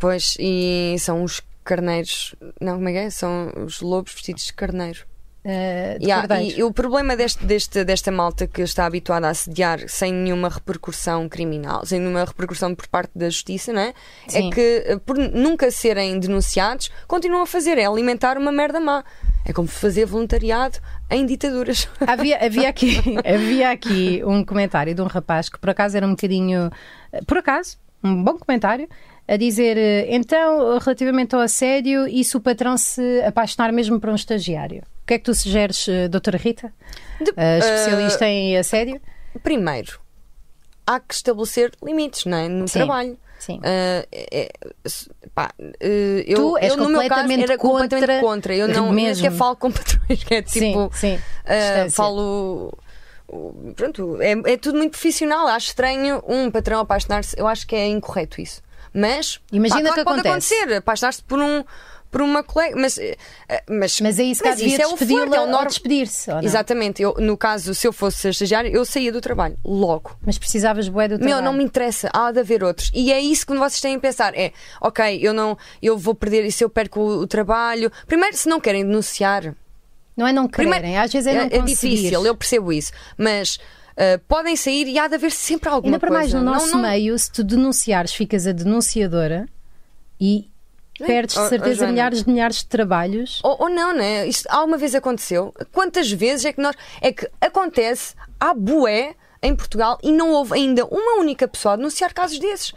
Pois, e são os carneiros. Não, como é que é? São os lobos vestidos de carneiro.
eh, de
Yeah,
cordeiros.
e, e o problema deste, deste- desta malta que está habituada a assediar sem nenhuma repercussão criminal, sem nenhuma repercussão por parte da justiça, não é?
Sim.
É que eh, por nunca serem denunciados, continuam a fazer, é alimentar uma merda má. É como fazer voluntariado em ditaduras.
Havia, havia, aqui, havia aqui um comentário de um rapaz que por acaso era um bocadinho. Por acaso, um bom comentário, a dizer: eh, então, relativamente ao assédio, e se o patrão se apaixonar mesmo por um estagiário? O que é que tu sugeres, eh, doutora Rita?
De-
Eh, especialista em assédio?
Primeiro, há que estabelecer limites, não é? No
Sim.
trabalho.
Sim.
Ah, é- é- se- pá, eh, eu,
Tu és
eu, no meu caso
completamente
era
contra-
completamente contra. Eu não nem sequer
mesmo.
falo com patrões, que é tipo.
sim, sim.
Uh,
Distância.
falo. o- Pronto, é, é tudo muito profissional. Acho estranho um patrão apaixonar-se. Eu acho que é incorreto isso. Mas.
Imagina
pá, claro
que
pode
acontece.
acontecer. Apaixonar-se por um. Por uma colega, mas, eh, eh, mas,
Mas é isso que há
mas
devia
isso é o
despedi-la
flerte, é o
ou
norm-
despedir-se. ou não?
Exatamente, eu, no caso, se eu fosse estagiário, eu saía do trabalho logo.
Mas precisavas bué do
Meu,
trabalho.
não me interessa, há de haver outros. E é isso que vocês têm a pensar: é, ok, eu não eu vou perder, e se eu perco o, o trabalho. Primeiro, se não querem denunciar,
Não é não quererem, às vezes é não conseguir.
difícil, eu percebo isso. Mas ah, podem sair e há de haver sempre alguma
Ainda para mais
coisa.
no
Não-
nosso
não-
meio, se tu denunciares, ficas a denunciadora e perdes
Oh,
de
oh,
certeza
Joana.
milhares de milhares de trabalhos.
Ou, ou não, né? Isto alguma vez aconteceu? Quantas vezes é que nós. É que acontece, há bué em Portugal e não houve ainda uma única pessoa a denunciar casos desses.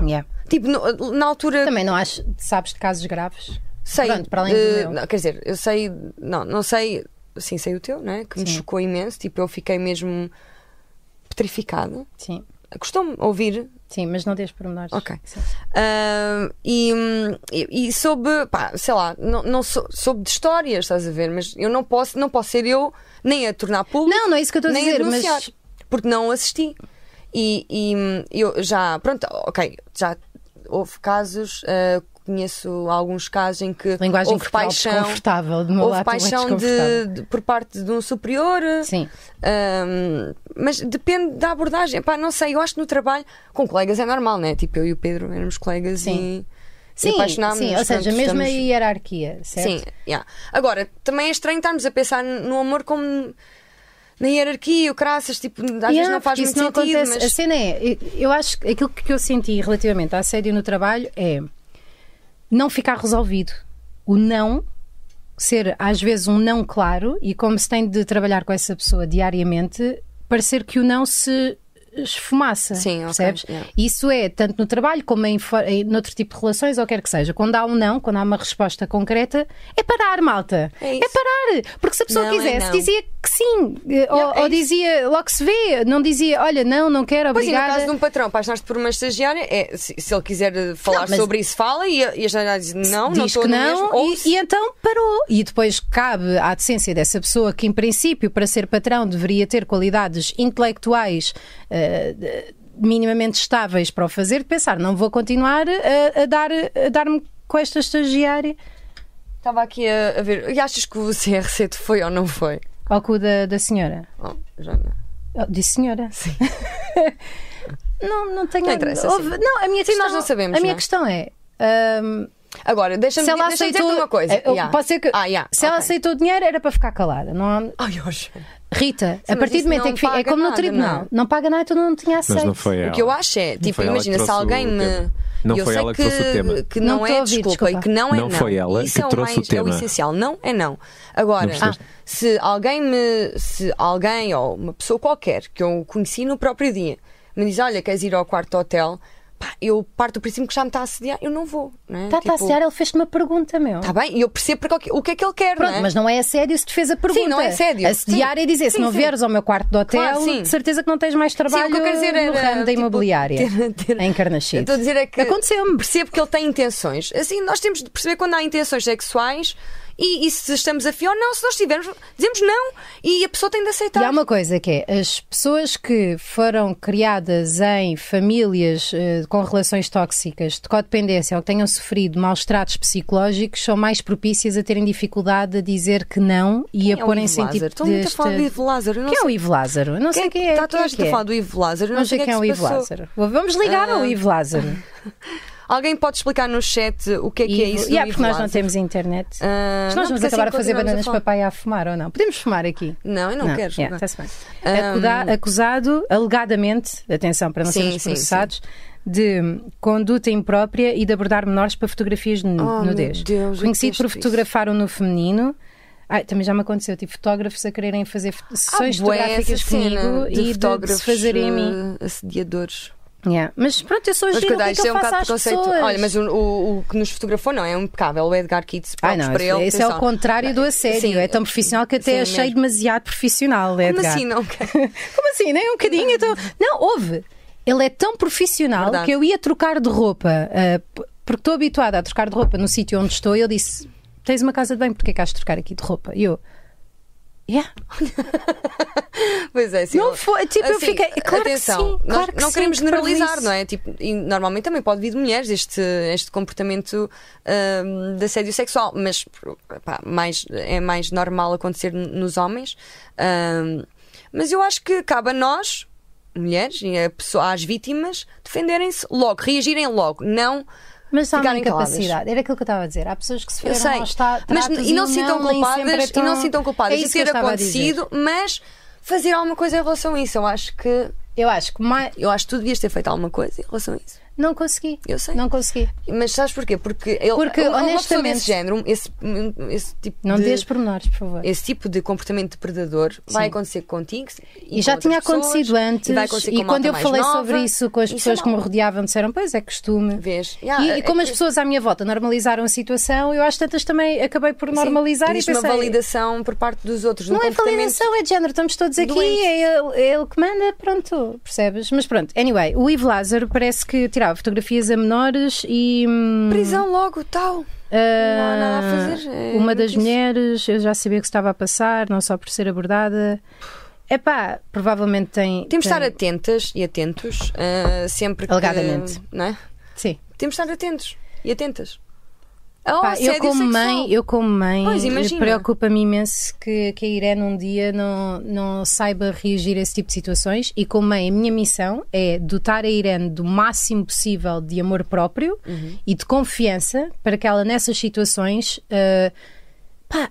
Yeah.
Tipo, no- na altura.
Também não acho, sabes de casos graves?
sei.
Pronto, para além do
eh,
meu.
não, quer dizer, eu sei. Não, não sei. Sim, sei o teu, né? Que me chocou imenso. Tipo, eu fiquei mesmo petrificada.
Sim,
Costumo ouvir
sim, mas não deixes pormenores.
Ok.
Sim.
Ah, e, hum, e, e soube, pá, sei lá, não, não sou- soube de histórias, estás a ver? Mas eu não posso, não posso ser eu nem a tornar público.
Não, não é isso que eu estou a
nem
dizer,
denunciar,
mas-
Porque não assisti. E, e, hum, eu já, pronto, ok, já houve casos, ah, conheço alguns casos em que
Linguagem
houve
corporal
paixão.
desconfortável, do meu
houve
lado, estou bem
paixão de,
desconfortável.
de- por parte de um superior.
Sim.
Ahm, mas depende da abordagem. Pá, não sei, eu acho que no trabalho com colegas é normal, né? Tipo, eu e o Pedro éramos colegas
Sim.
e. e
Sim,
apaixonámos-nos,
sim, ou seja,
portanto,
mesmo a
estamos-
hierarquia, certo?
Sim, yeah. agora também é estranho estarmos a pensar no amor como na hierarquia, o craças, tipo, às vezes
Yeah,
não faz
porque
muito
isso
sentido,
acontece.
mas
A cena é, eu- eu acho que aquilo que eu senti relativamente à assédio no trabalho é não ficar resolvido. O não ser às vezes um não claro e como se tem de trabalhar com essa pessoa diariamente, parecer que o não se esfumaça,
Sim, ok,
percebes?
yeah.
Isso é tanto no trabalho como em, fo- em noutro tipo de relações, ou quer que seja. Quando há um não, quando há uma resposta concreta, é parar, malta.
É
é
isso.
parar. Porque se a pessoa
Não é
quisesse,
não.
dizia que que sim. Eh, Ou,
Yeah, é
ou
isso.
dizia, logo se vê, não dizia, olha, não, não quero,
Pois, e no
obrigada.
caso de um patrão, apaixonaste por uma estagiária, é, se, se ele quiser eh, falar
Não, mas-
sobre isso, fala e, a- e a estagiária diz não,
diz
não estou
que
na
não
mesma. Ou
e,
se-
e então parou. E depois cabe à decência dessa pessoa que, em princípio, para ser patrão deveria ter qualidades intelectuais eh, de- minimamente estáveis para o fazer, de pensar, não vou continuar a, a dar- a dar-me com esta estagiária
Estava aqui a, a ver. E achas que o CRC te foi ou não foi?
ao cu da, da senhora.
Oh, já não.
Oh, disse senhora.
Sim.
não, não tenho...
Não interessa,
Houve- Não, a minha
Sim,
questão...
nós não sabemos,
A minha
não é?
questão é... ahm,
Agora, deixa-me
se ela
deixa dizer
aceitou
uma coisa.
Eh, eu-
Yeah.
pode ser que
Ah, yeah.
se ela
ok.
aceitou dinheiro era para ficar calada não há-
Ai, hoje.
Rita
Sim,
a
mas
partir
isso
do momento
não
em que fica, é
paga
como no
nada,
tribunal
não.
não, paga nada então não tinha aceito
Mas não foi ela.
O que eu acho é, tipo,
foi ela que
imagina se
trouxe o
alguém me.
tema. Não
eu
foi
sei
ela que
que,
trouxe o tema.
que não,
Não
é
estou a ouvir,
desculpa, e
desculpa.
que não é
Não foi ela
Isso
que
é o
trouxe o
mais, é
tema.
o essencial, não é não. Agora,
Não precisaste.
se alguém me. Se alguém ou uma pessoa qualquer que eu conheci no próprio dia me diz, olha, queres ir ao quarto do hotel, pá, eu parto do princípio que já me está a assediar, eu não vou. Não é?
Tá, tá, se calhar ele fez-te uma pergunta, meu.
Está bem, e eu percebo porque, o que- o que é que ele quer,
Pronto,
não é?
mas não é assédio se te fez a pergunta.
não é assédio.
Assediar
Sim.
é dizer,
Sim,
se não
sim.
vieres ao meu quarto de hotel,
Claro, sim.
de certeza que não tens mais trabalho
Sim, o que eu quero dizer
no
era,
ramo da
tipo,
imobiliária.
ter- ter-
Em
Eu
Carnaxide.
Estou a dizer é que
Aconteceu-me.
percebo que ele tem intenções. Assim, nós temos de perceber quando há intenções sexuais e, e se estamos a fio ou não. Se nós tivermos, dizemos não e a pessoa tem de aceitar.
E há uma coisa que é, as pessoas que foram criadas em famílias eh, com relações tóxicas, de codependência ou que tenham sofrido maus tratos psicológicos, são mais propícias a terem dificuldade a dizer que não e
Quem é
a pôr
o
em
Ivo
sentido
Lázaro? Estou muito a falar do Ivo Lázaro. Eu Não
Quem é o
sei
Ivo Lázaro? Eu Não sei quem é.
Está toda
quem
a
é
gente
que
a
é.
falar do Ivo Lázaro. eu Não
Vamos
sei
ver quem é o
que se
Ivo
passou. Ah,
Lázaro. Vamos ligar ao Ivo Lázaro.
Alguém pode explicar no chat o que é que é
Ivo-
isso? do
Yeah,
Ivo
porque nós não
Lázaro?
temos internet.
Ah,
Mas
não,
nós vamos
porque
acabar
assim
a fazer
continuamos
bananas
falar.
papai a fumar ou não? Podemos fumar aqui?
Não, eu não, quero.
yeah,
não.
tá-se é, bem.
Ah,
Acuda- acusado, alegadamente, atenção para não
Sim,
sermos
sim,
processados, de conduta imprópria e de abordar menores para fotografias de nu-
Oh, meu
nudez.
Deus, eu
Conhecido por
detesto
fotografar o no feminino. Ai, também já me aconteceu, tipo, fotógrafos a quererem fazer fo- sessões
Ah, bué,
fotográficas
essa cena
comigo e de, de
fotógrafos,
se fazerem a mim.
eh, assediadores.
Yeah. Mas pronto, eu sou
Mas
gira, o que é
cuidado,
que
isto
eu
é um
faço
bocado
às
preconceito.
pessoas?
Olha, mas o, o- o que nos fotografou não é um impecável. O Edgar Kitts,
Ai,
próprios
não,
para ele.
esse é o
atenção.
contrário do assédio.
Sim,
é tão profissional que até
sim,
achei
mesmo.
demasiado profissional, Edgar.
Como assim, não quer?
Como assim? Nem um bocadinho? Então... Não, houve. Ele é tão profissional
Verdade.
que eu ia trocar de roupa, ah, p- porque estou habituada a trocar de roupa no sítio onde estou, e ele disse: Tens uma casa de banho, porque é que has de trocar aqui de roupa? E eu. Yeah.
Pois é, sim.
Não foi- tipo, eu fiquei- claro que
atenção,
sim,
nós
claro que
não
sim,
queremos
que
generalizar,
parvoíce.
não é? Tipo, e normalmente também pode vir de mulheres este, este comportamento hum, de assédio sexual, mas pá, mais, é mais normal acontecer n- nos homens. Hum, mas eu acho que cabe a nós, mulheres, e a pessoa, às vítimas, defenderem-se logo, reagirem logo, não.
Mas há uma
Ficarem caladas.
incapacidade. Era aquilo que eu estava a dizer. Há pessoas que se
Eu
foram
sei,
aos ta-
mas
tratos
e não se
nem
sintam
sempre é
culpadas, e
tão-
não se sintam culpadas
é
de
isso que
ter
eu estava a dizer.
acontecido, mas fazer alguma coisa em relação a isso. Eu acho que
Eu acho que mais...
Eu acho que tu devias ter feito alguma coisa em relação a isso.
não consegui.
Eu sei.
Não consegui.
Mas sabes porquê? Porque, ele,
Porque,
uma- uma pessoa
honestamente-
desse género, esse, esse tipo
Não
de,
dês pormenores, por favor.
esse tipo de comportamento depredador vai acontecer contigo
E já
com
tinha
outras pessoas,
acontecido antes.
E, vai acontecer com
e
malta
quando eu
mais
falei
nova.
sobre isso com as
Isso é
pessoas que me
mau.
rodeavam, disseram: Pois é, costume.
Vês?
E,
Yeah,
e como
é-
as pessoas à minha volta normalizaram a situação, eu às tantas também acabei por normalizar
Sim,
e
existe uma
pensei.
validação por parte dos outros.
Não
no
é
comportamento.
validação, é de género, estamos todos aqui,
Doente.
é ele, é ele que manda, pronto, percebes? Mas pronto, anyway, o Ivo Lázaro parece que tirava fotografias a menores e. hum,
Prisão logo, tal.
ah,
não há nada a fazer, é
uma das
muito isso.
mulheres, eu já sabia que estava a passar, não só por ser abordada. Epá, provavelmente tem.
Temos de
tem-
estar atentas e atentos ah, sempre que.
Alegadamente.
Não é?
Sim.
Temos de estar atentos e atentas. Ah, oh, Ao
Pá, eu
assédio
como
sexual.
mãe, eu como mãe,
é Pois, imagina.
preocupa-me imenso que, que a Irene um dia não, não saiba reagir a esse tipo de situações e como mãe, a minha missão é dotar a Irene do máximo possível de amor próprio
Uhum.
e de confiança para que ela nessas situações ah, pá,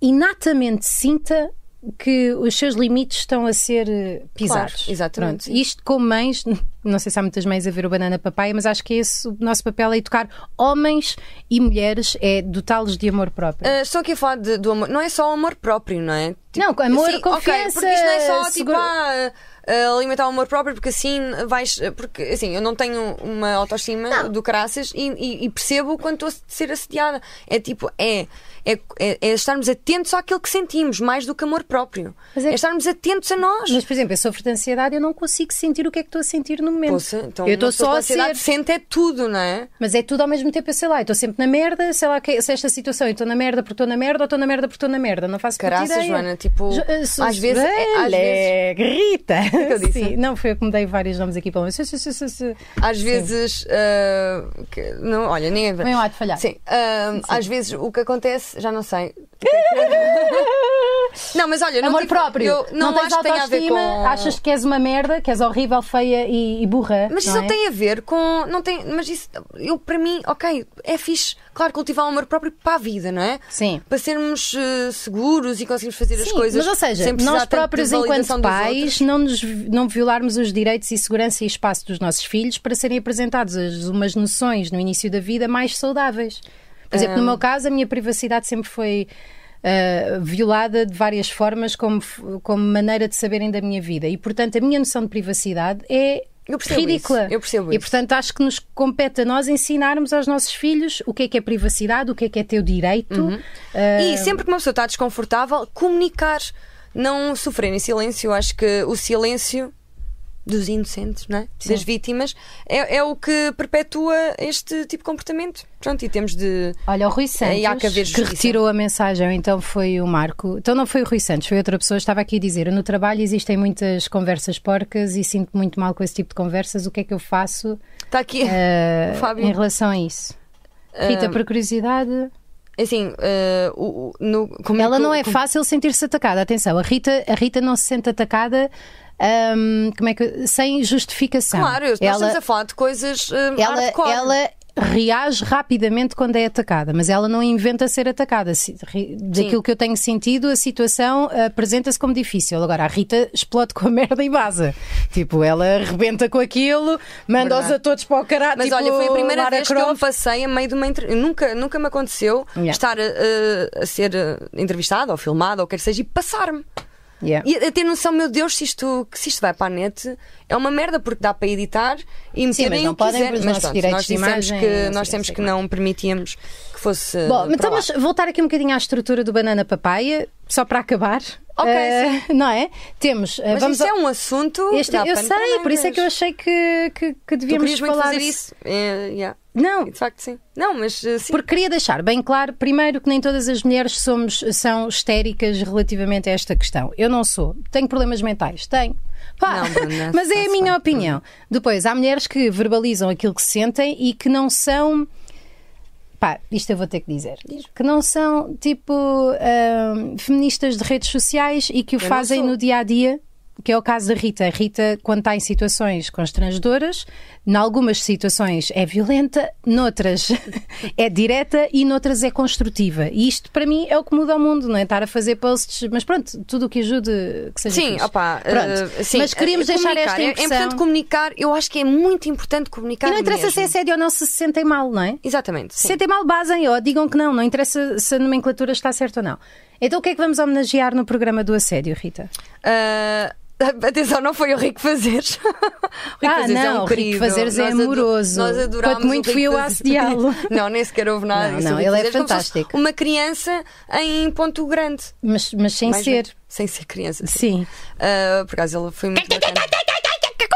inatamente sinta que os seus limites estão a ser eh, pisados.
Claro, exatamente,
Pronto. Isto como mães, não sei se há muitas mães a ver o Banana Papai, mas acho que esse o nosso papel é educar homens e mulheres, é dotá-los de amor próprio.
Ah, estou aqui a falar de- do amor. Não é só o amor próprio, não é?
Não, amor,
ok,
confiança,
porque isto não é só tipo,
segura-
ah, eh, alimentar o amor próprio, porque assim vais. Porque assim, eu não tenho uma autoestima do caraças e, e- e percebo quando estou a ser assediada. É tipo, é, é, é, é estarmos atentos àquilo que sentimos, mais do que amor próprio.
Mas é
é,
que-
estarmos atentos a nós.
Mas, por exemplo, eu sofro de ansiedade eu não consigo sentir o que é que estou a sentir no momento.
Poxa, então
eu estou
uma pessoa
só
com
a ser.
ansiedade sente é tudo, não é?
Mas é tudo ao mesmo tempo, eu sei lá, eu estou sempre na merda, sei lá que, se esta situação, eu estou na merda porque estou na merda ou estou na merda porque estou na merda. Não faço puta
Caraças,
ideia.
Joana, tipo,
Jo- eh,
às vezes- é, às
Olha, Rita!
que eu disse?
Sim, não, foi eu que me dei vários nomes aqui para um.
Às vezes. ah, que- não, olha, nem é
Vem lá de falhar.
Sim, ah, às vezes o que acontece, já não sei. não, mas olha, não
Amor
digo-
próprio.
eu não,
tens
acho que tenha a ver
autoestima,
com.
achas que és uma merda, que és horrível, feia e, e burra.
Mas
não
isso
é?
não tem a ver com. Não tem, mas isso, eu para mim, ok, é fixe, claro, cultivar o amor próprio para a vida, não é?
Sim.
Para sermos eh, seguros e conseguirmos fazer as
Sim,
coisas.
Mas, ou seja,
sem precisar
nós
tanto de
próprios,
validação
enquanto
dos outros.
pais, não, nos, não violarmos os direitos e segurança e espaço dos nossos filhos para serem apresentados as- umas noções no início da vida mais saudáveis. Por exemplo,
Ah.
no meu caso, a minha privacidade sempre foi. ah, violada de várias formas como, f- como maneira de saberem da minha vida e portanto a minha noção de privacidade é
Eu percebo
ridícula
isso, eu percebo
e
isso.
portanto acho que nos compete a nós ensinarmos aos nossos filhos o que é que é privacidade o que é que é teu direito
Uhum.
ah,
E sempre que uma pessoa está desconfortável, comunicar, não sofrer em silêncio. Eu Acho que o silêncio dos inocentes, não é? das vítimas, é, é o que perpetua este tipo de comportamento. Pronto, e temos de.
Olha, o Rui
Eh, e há que haver
Santos, que,
justiça.
retirou a mensagem, ou então foi o Marco. Então não foi o Rui Santos, foi outra pessoa. Estava aqui a dizer: no trabalho existem muitas conversas porcas e sinto muito mal com esse tipo de conversas. O que é que eu faço
Está tá aqui
eh,
o Fábio. Ah,
em relação a isso? Rita, por curiosidade.
Assim, eh, o- o- no- como
Ela
tu-
não é
como-
fácil sentir-se atacada. Atenção, a Rita, a Rita não se sente atacada ahm, como é que, sem justificação.
Claro, nós
Ela-
estamos a falar de coisas. eh,
ela,
hardcore.
ela é reage rapidamente quando é atacada, mas ela não inventa ser atacada. Se- ri- Daquilo que eu tenho sentido, a situação ah, apresenta-se como difícil. Agora, a Rita explode com a merda e vaza. Tipo, ela arrebenta com aquilo, manda-os
Verdade.
a todos para o caralho.
Mas
tipo,
olha, foi a primeira
Lara
vez que eu
Croft.
passei a meio de uma entrevista. Nunca, nunca me aconteceu
Yeah.
estar eh, a ser eh, entrevistada ou filmada ou o que quer que seja e passar-me.
Yeah.
E a ter noção, meu Deus, se isto, que se isto vai para a net é uma merda porque dá para editar e meter
mas
em
não
o que
podem
quiser.
pelos
Mas
nossos
pronto,
direitos
nós
de
dissemos
imagem, não
que
sei, não
nós
sei,
temos que
não
não permitíamos que fosse. eh,
Bom,
para
então
lá.
vamos voltar aqui um bocadinho à estrutura do Banana Papaya, só para acabar.
Ok,
Ah, não é? Temos. ah,
Mas
vamos
isso
ao-
é um assunto.
este-
dá
eu
pano para
sei, por isso é que eu
mangas.
achei que, que, que
Tu
devíamos
querias muito
falar
fazer
disso.
isso. É, yeah.
Não,
De facto, sim. Não, mas eh, sim.
Porque queria deixar bem claro, primeiro, que nem todas as mulheres somos, são histéricas relativamente a esta questão. Eu não sou. Tenho problemas mentais? Tenho. Pá,
Não, Bruna,
mas é a
está-se
minha
bem.
opinião. Depois, há mulheres que verbalizam aquilo que sentem e que não são. Pá, isto eu vou ter que dizer. Que não são, tipo, hum, feministas de redes sociais e que o
não
fazem
sou.
no dia a dia, que é o caso da Rita. A Rita, quando está em situações constrangedoras, em algumas situações é violenta, noutras é direta e noutras é construtiva. E isto, para mim, é o que muda o mundo, não é? Estar a fazer posts, mas pronto, tudo o que ajude que seja.
Sim,
fixe.
opá,
é Pronto.
eh, sim,
mas queríamos
eh,
deixar
comunicar.
esta
É-
impressão.
É importante comunicar, eu acho que é muito importante comunicar.
e não interessa
mesmo.
se é assédio ou não, se se sentem mal, não é?
Exatamente.
Se
Sim.
sentem mal, basem ou digam que não, não interessa se a nomenclatura está certa ou não. Então o que é que vamos homenagear no programa do assédio, Rita?
Ah, atenção, não foi o Rico Fazeres. O Rico
Ah, não, o Rico
querido.
Fazeres é
Nós ado-
amoroso.
Nós adorámos
Quanto muito
o Rico
fui eu a
Fazeres.
assediá-lo.
Não, nem sequer houve nada.
Não,
disso.
não,
O Rico
ele é
Fazeres como se fosse
fantástico.
Uma criança em ponto grande.
Mas, mas sem
Mais
ser.
bem. Sem ser criança.
Sim.
Ah, por acaso ele foi muito bacana.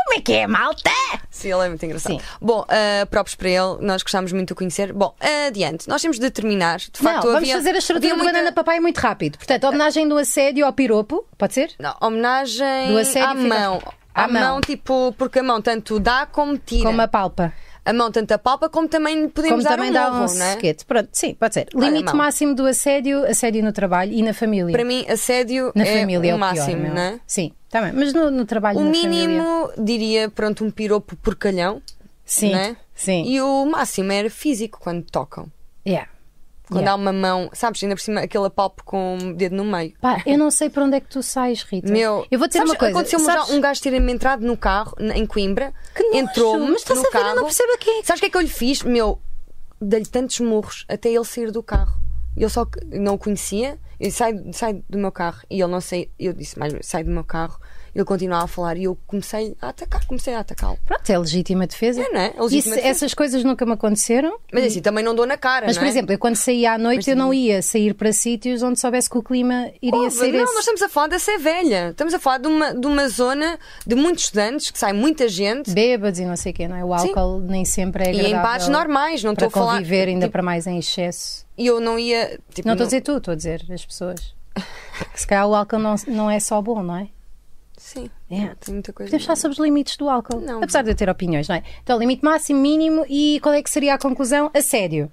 Como é que é, malta?
Sim, ele é muito engraçado.
Sim.
Bom, ah, próprios para ele, nós gostámos muito de o conhecer. Bom, adiante, nós temos de terminar. De
Não,
facto,
vamos
havia-
fazer a estrutura
havia
do
muita-
banana papai muito rápido. Portanto, homenagem do assédio ao piropo, pode ser?
Não, homenagem
Do assédio
à
fica-
mão.
à
À mão.
mão.
tipo, porque a mão tanto dá como tira.
Como a palpa.
A mão tanto apalpa como também
Como
podemos dar
também
um
dá
morro,
um
não é?
sequete. Pronto, sim, pode ser. Limite
mal.
máximo do assédio, assédio no trabalho e na família.
Para mim, assédio
na
é
família é
o
o pior,
máximo,
meu.
não é?
Sim, também. Mas no, no trabalho
O
na família.
mínimo, diria, pronto, um piropo porcalhão.
Sim,
não é?
sim.
E o máximo era físico, quando tocam.
Yeah.
Quando
Yeah.
há uma mão, sabes, ainda por cima, aquele apalpo com o dedo no meio.
Pá, eu não sei para onde é que tu sais, Rita.
Meu,
eu vou dizer
sabes,
uma coisa.
Aconteceu-me
sabes-
já um gajo ter-me entrado no carro, n- em Coimbra.
Que nojo,
Entrou-me.
mas estás
no
a ver, eu
carro.
não percebo a quem é que-
Sabes o que é que eu lhe fiz? Meu, dei-lhe tantos murros até ele sair do carro. Eu só que não o conhecia. Eu sai, sai do meu carro. E ele não saiu. Eu disse, mas sai do meu carro. Ele continuava a falar e eu comecei a atacar, comecei a atacá-lo.
Pronto, é legítima defesa.
É, não é? É legítima
Isso-
defesa.
Essas coisas nunca me aconteceram.
Mas assim, também não dou na cara,
Mas,
não
por
é?
exemplo, eu quando saía à noite eu não ia sair para sítios onde soubesse que o clima iria
Ouve,
ser
não,
esse.
nós estamos a falar da Sé Velha. Estamos a falar de uma, de uma zona de muitos estudantes, que sai muita gente.
Bêbados e não sei o quê, não é? O
Sim.
álcool nem sempre é
E em
agradável
bares normais, não
para
estou a falar-
conviver, ainda
tipo-
para mais em excesso.
E eu não ia. Tipo,
Não estou a dizer tu, estou a dizer as pessoas. Que se calhar o álcool não, não é só bom, não é?
Sim,
É.
tem muita coisa.
Podemos falar sobre os limites do álcool,
Não.
apesar de eu ter opiniões, não é? Então, limite máximo, mínimo e qual é que seria a conclusão? Assédio.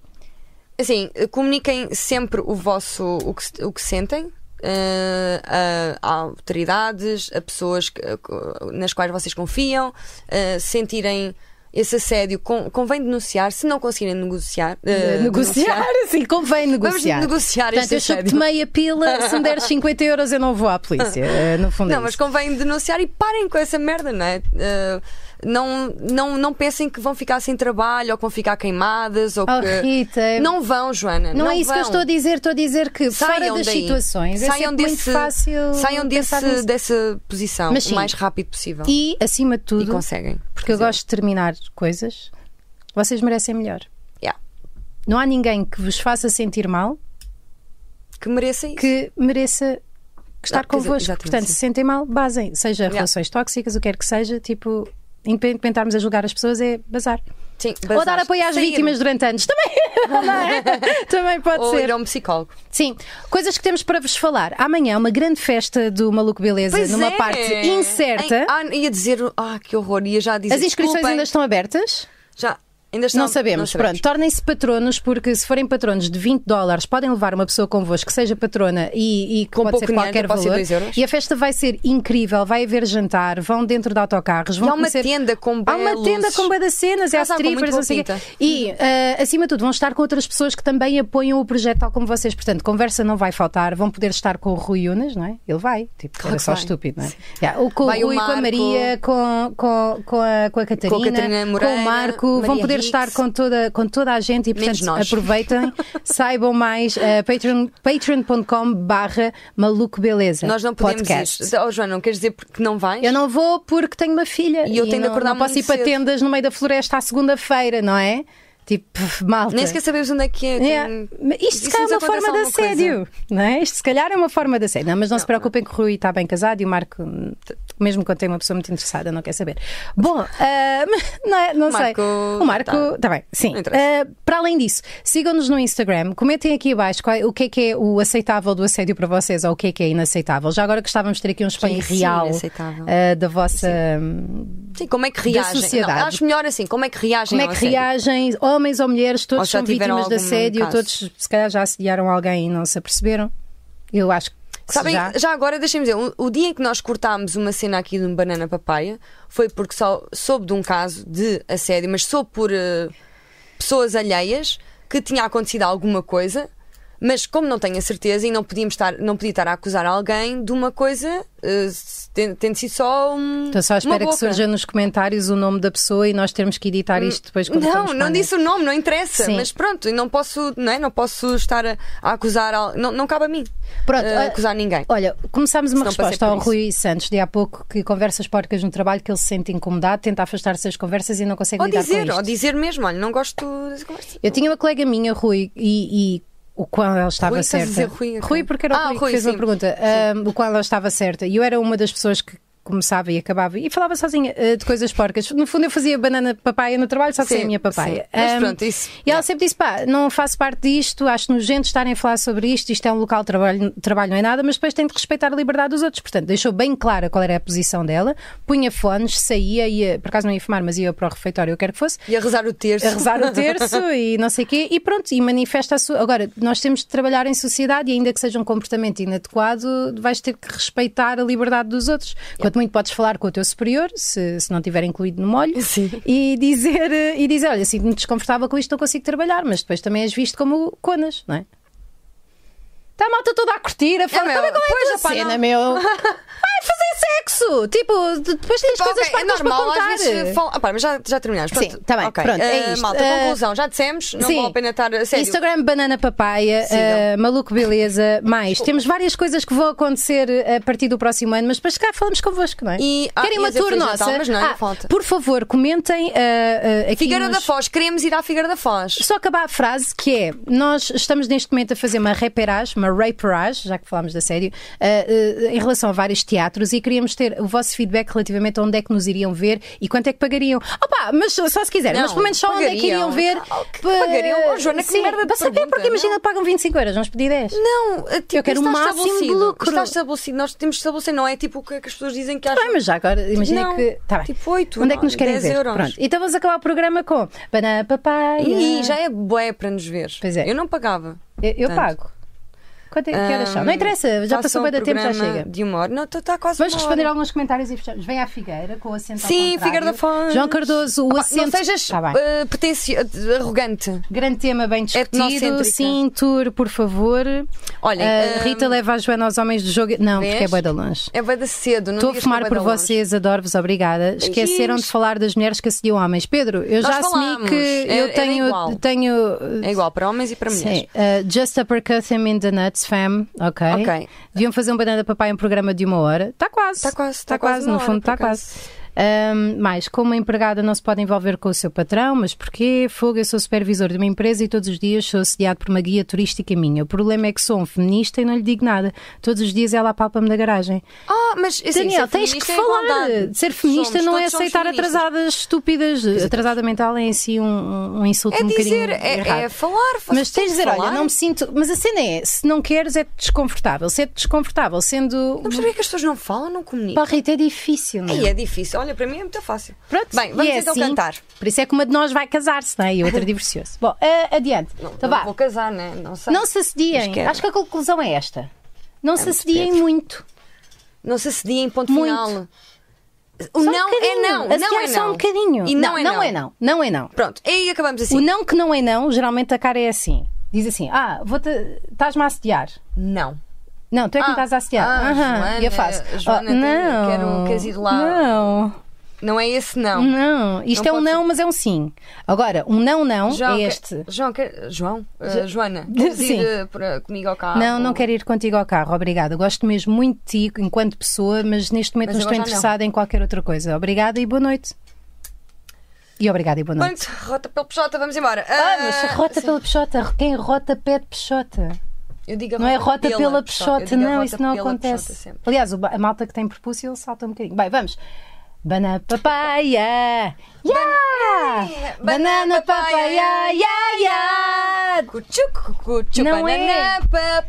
Assim, comuniquem sempre o vosso o que, se- o que sentem eh, a, a autoridades, a pessoas que- que- nas quais vocês confiam, eh, se sentirem esse assédio, con- convém denunciar, se não conseguirem negociar. eh,
negociar,
denunciar.
sim, convém negociar.
negociar
Portanto,
este
eu chupo-te
assédio.
meia pila, se me deres 50 euros eu não vou à polícia. Eh, No fundo, é
Não, mas
isso.
convém denunciar e parem com essa merda, não é? Eh, não, não, não pensem que vão ficar sem trabalho ou que vão ficar queimadas ou
Oh,
que.
Rita.
Não vão, Joana.
Não,
Não,
é isso que eu
vão.
estou a dizer, estou a dizer que fora
Saiam
das
daí.
situações é
saiam
sempre
desse,
muito fácil.
Saiam
pensar
desse,
nisso.
dessa posição
Mas sim.
o mais rápido possível. E,
E, acima de tudo,
conseguem.
porque eu gosto de terminar coisas, vocês merecem melhor.
Yeah.
Não há ninguém que vos faça sentir mal
Que merecem isso.
que mereça estar
Ah, quer dizer,
convosco.
exatamente,
Portanto,
sim.
se sentem mal, basem. Seja relações tóxicas, o que quer que seja, tipo, independentemente de estarmos a julgar as pessoas, é bazar.
Sim,
Ou dar
bazar.
apoio às
Sair.
vítimas durante anos. Também, não é? Também pode
Ou
ser.
ir a um psicólogo.
Sim, coisas que temos para vos falar. Amanhã é uma grande festa do Maluco Beleza,
Pois
numa
é.
parte incerta.
Em- ah, ia dizer, ah, que horror. Ia já dizer.
As inscrições
desculpem,
ainda estão abertas?
Já, ainda estão.
não sabemos. Pronto, tornem-se patronos, porque se forem patronos de 20 dólares, podem levar uma pessoa convosco que seja patrona e, e que
Com
pode
pouco
ser
dinheiro,
qualquer
pode ser
valor.
dois euros.
E a festa vai ser incrível, vai haver jantar, vão dentro de autocarros, vão
E há uma
conhecer-
tenda com
Há uma
belas
tenda
luzes.
com bué de cenas, e há
Ah, sabe, com
strippers,
muito
não sei o quê.
boa pinta.
E, ah, acima de tudo, vão estar com outras pessoas que também apoiam o projeto, tal como vocês. Portanto, conversa não vai faltar. Vão poder estar com o Rui Unas, não é? Ele vai. Tipo,
Claro
era
que
só
vai.
estúpido, não é? Yeah, o, com
Vai
o
o
Rui, com a
Marco.
Maria, com, com, com, a, com a Catarina,
Catarina Moreira,
com o Marco. vão
Maria
poder
Hicks.
estar com toda, com toda a gente e,
Menos
portanto,
nós.
aproveitem. saibam mais. eh, patreon- patreon.com barra maluco beleza.
Nós não podemos
Podcast.
ir. Oh, Joana, não queres dizer porque não vais?
Eu não vou porque tenho uma filha.
E eu tenho de
não,
acordar
não posso
muito
ir para
cedo.
tendas no meio da floresta à segunda-feira, não é? Tipo, pff, malta.
Nem sequer sabemos onde é que é.
É,
Tem-
mas Isto se
Isso
calhar
nos
é uma
acontece
forma de
alguma coisa.
assédio, não é? Isto se calhar é uma forma de assédio. Não, mas não, se preocupem que o Rui está bem casado e o Marco, mesmo quando tem uma pessoa muito interessada, não quer saber. Bom, ah, não, é- não sei.
Marco
O Marco,
tá.
está bem, sim.
Não interessa.
Ah, para além disso, sigam-nos no Instagram, comentem aqui abaixo qual é- o que é que é o aceitável do assédio para vocês ou o que é que é inaceitável. Já agora gostávamos de ter aqui um espelho
sim,
real
inaceitável.
ah, da vossa.
Sim, como é que reagem? Não,
sociedade.
acho melhor assim, como é que reagem?
Como é
ao
que
assédio?
reagem homens ou mulheres?
Ou
Todos
já
são
tiveram
vítimas de
algum
assédio,
caso?
todos se calhar já assediaram alguém e não se aperceberam. Eu acho que
Sabem, eh,
já.
já, agora deixem-me dizer, um, o, o dia em que nós cortámos uma cena aqui de um banana papaya foi porque só soube de um caso de assédio, mas soube por eh, pessoas alheias que tinha acontecido alguma coisa, mas como não tenho a certeza e não podíamos estar, não podia estar a acusar alguém de uma coisa, eh, se- tendo tendo sido só um.
Estou só à
uma
espera que
boca. Hum,
surja nos comentários o nome da pessoa e nós termos que editar isto depois quando
Não,
formos para a
não
net.
disse o nome, não interessa,
Sim.
mas pronto, não posso, não, é? não posso estar a, a acusar, al- não, não cabe a mim
Pronto,
eh,
ah,
acusar ninguém.
Olha, começámos uma
Senão passei
resposta
por
ao
isso.
Rui Santos de há pouco que conversas porcas no trabalho que ele se sente incomodado, tenta afastar-se das conversas e não consegue
Ou
lidar com
dizer,
isto.
ou dizer mesmo, olha, não gosto dessa conversa.
Eu tinha uma colega minha, Rui, e, e o qual ela estava
Rui, estás a
certa.
dizer Rui, então?
porque era o
Ah,
Rui,
Rui,
que fez uma
sim.
pergunta. ahm, o qual ela estava certa. E eu era uma das pessoas que começava e acabava e falava sozinha ah, de coisas porcas. No fundo, eu fazia banana papaya no trabalho, só que
Sim,
sem a minha papaya.
sim. Mas
Ahm,
pronto, isso-
E ela sempre disse: pá, não faço parte disto, acho nojento estarem a falar sobre isto, isto é um local de trabalho, trabalho não é nada, mas depois tem de respeitar a liberdade dos outros. Portanto, deixou bem clara qual era a posição dela, punha fones, saía, ia, por acaso não ia fumar, mas ia para o refeitório, eu quero que fosse,
E a rezar o terço.
a rezar o terço e não sei o quê, e pronto, e manifesta a sua. Agora, nós temos de trabalhar em sociedade e, ainda que seja um comportamento inadequado, vais ter que respeitar a liberdade dos outros. Quanto muito podes falar com o teu superior, se, se não tiver incluído no molho,
Sim.
e dizer, eh, e dizer: Olha, sinto-me desconfortável com isto, não consigo trabalhar, mas depois também és visto como o conas, não é? Está a malta toda a curtir, a falar.
meu,
"Também qual é a
pois,
tua
opá,
cena,
não."
meu? Vai fazer sexo! Tipo, de- depois tens
Pá,
coisas
ok,
para,
é
tens para
normal,
contar.
às vezes falam- Ah, pá, mas já, já terminamos.
Sim,
Pronto.
tá bem,
Ok.
pronto, é
Eh,
isto.
malta,
Eh,
conclusão, já dissemos, não
sim.
vale a pena estar a sério.
Instagram Banana Papaya,
Sigam.
eh, Maluco Beleza, mais. Temos várias coisas que vão acontecer eh, a partir do próximo ano, mas para chegar falamos convosco, não é?
E- ah,
Querem
ia
uma
dizer
tour
Feliz
nossa?
Natal, mas não, ainda
Ah,
falta.
Por favor, comentem eh, eh, aqui.
Figueira
nos-
da Foz, queremos ir à Figueira da Foz.
Só acabar a frase que é: Nós estamos neste momento a fazer uma reperage, uma reperage, já que falámos da série, eh, eh, em relação a vários teatros e queríamos ter o vosso feedback relativamente a onde é que nos iriam ver e quanto é que pagariam. Opa, mas só se quiserem,
Não,
mas pelo menos só onde é que
pagariam.
iriam ver.
Ah, que
pa-
pagariam? Oh, Joana, que
Sim,
merda de
para saber,
pergunta,
porque imagina pagam 25 euros, vamos pedir 10.
Não, eh, tipo,
Eu quero
isso
o
está
máximo de
estabelecido.
lucro. Tá
Está estabelecido, nós temos de estabelecer, não é tipo o que que as pessoas dizem que acham.
Bem, mas já agora, imagina
Não,
que. Tá bem.
tipo oito,
Onde é que nos querem
dez
ver?
euros.
Pronto. Então vamos acabar o programa com Banana Papai.
E já é bué para nos ver.
Pois é.
Eu não pagava.
Eu, eu
Portanto,
pago. Quanto é que horas são?
Ahm,
Não interessa, já
façam
passou bem
um
da tempo, já
programa
chega.
De uma hora. Não, está quase
Vamos
uma
responder
hora.
alguns comentários e fechamos. Vem à Figueira com o acento ao
Sim,
contrário.
Figueira da Foz.
João Cardoso, o
Opa,
acento.
Não sejas É
Tá bem.
eh, pretencio- eh, arrogante.
Grande tema bem discutido.
etnocêntrica.
Sim, tour, por favor.
Olhem,
Ah,
ahm,
Rita leva a Joana aos homens do jogo. Não,
hum, vês?
porque é boa da longe.
É bué da cedo. não
Estou a
digas que
fumar
é bué
por
da longe.
vocês, adoro-vos, obrigada. Esqueceram de falar das mulheres que assediam homens. Pedro, eu já assumi
falámos.
que
É-
eu
era
tenho.
igual.
tenho
É igual para homens e para mulheres.
Sim, uh, just uppercut him in the nuts, fam. Ok.
Ok.
Deviam fazer um banana papai em um programa de uma hora. Está quase.
Tá quase,
Tá
tá quase uma
no
hora,
fundo,
por
está quase. Um, mais, como empregada não se pode envolver com o seu patrão, mas porquê? Fogo, eu sou supervisor de uma empresa e todos os dias sou assediado por uma guia turística minha. O problema é que sou um feminista e não lhe digo nada. Todos os dias ela apalpa-me na garagem.
Ah, mas assim,
Daniel,
ser
tens que
feminista é
falar.
igualdade.
Ser feminista
Somos,
não é
todos somos
aceitar
feministas.
atrasadas estúpidas. Atrasada mental é em si um, um insulto
É
um
dizer,
bocadinho.
é,
errado.
é falar. fa-
Mas tens de dizer,
falar.
olha, não me sinto. Mas a cena é: se não queres, é desconfortável. Se é desconfortável, sendo.
Não percebo que as pessoas não falam, não comunicam.
Para a Rita é difícil, não é?
Aí é difícil. Olha, para mim é muito fácil.
Pronto,
Bem, vamos
e é
então
assim.
cantar.
Por isso é que uma de nós vai casar-se, não é? E a outra divorciou-se. Bom, ah, adiante.
Não,
então
não
vá.
vou casar, né? Não sei.
Não se
Mas
acediem.
quero. Ah,
Acho que a conclusão é esta. Não se
muito
acediem
Pedro.
muito.
Não se assedia em ponto
Muito.
final. O
Só um
não é
bocadinho.
não. Não
Assediar
é
só
não.
um bocadinho.
E não, é não.
Não é não. Não é não.
Pronto, aí acabamos assim.
O não que não é não, geralmente a cara é assim. Diz assim: Ah, vou-te- estás-me a assediar.
Não.
Não, tu é que me
Ah,
estás a assediar.
ah,
Aham,
Joana,
e eu faço.
Joana,
"Oh,
tenho-
não.
quero- um queres ir lá?"
Não.
Não é esse não.
Não. Isto
Não
é um
pode
não, mas é um sim. Agora, um não, não
João,
é
quer-
este.
João, quer- João, eh, Joana, queres
Sim.
ir eh, para- comigo ao carro?
Não, não quero ir contigo ao carro, obrigada. Gosto mesmo muito de ti enquanto pessoa, mas neste momento
Mas
não estou
agora já não.
interessada em qualquer outra coisa. Obrigada e boa noite. E obrigada e boa noite.
Pronto, rota pelo PJ, vamos embora.
Ah, mas
Ah,
rota
sim.
pela peixota, quem rota pede peixota.
Eu digo a
Não é rota
pela
pela
Peixota, eu
peixota,
digo a
não,
rota
isso não
pela
acontece.
Peixota sempre.
Aliás, o ba- a malta que tem prepúcio ele salta um bocadinho. Bem, vamos. Banana papaya! Yeah!
Ban- Banana
Banana
papaya,
papaya! Yeah, yeah!
Cuchucu, cuchu,
Não é.
banana, papaya,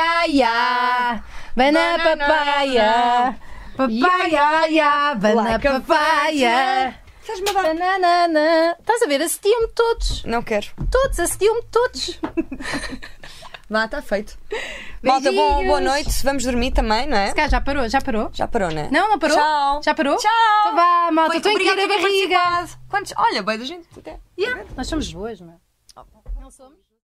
Papaya! Yeah. Banana
Banana.
papaya! Papaya! Yeah. Banana
like a
papaya!
virgin. Estás-me a dar?
Banana! Estás a ver? Assediam-me todos!
Não quero.
Todos! Assediam-me todos!
Vá, está feito. Malta, bom,
tá Beijinhos.
boa noite. Vamos dormir também, não é?
Cá, já parou? Já parou?
Já parou, não é?
Não, não parou?
Tchau.
Já parou?
Tchau.
Então vá, malta,
Foi-
estou a encolher a
obrigada por terem
barriga.
participado. Quantos? Olha, bem da gente. Até.
Yeah, Nós somos boas, não é? Não somos?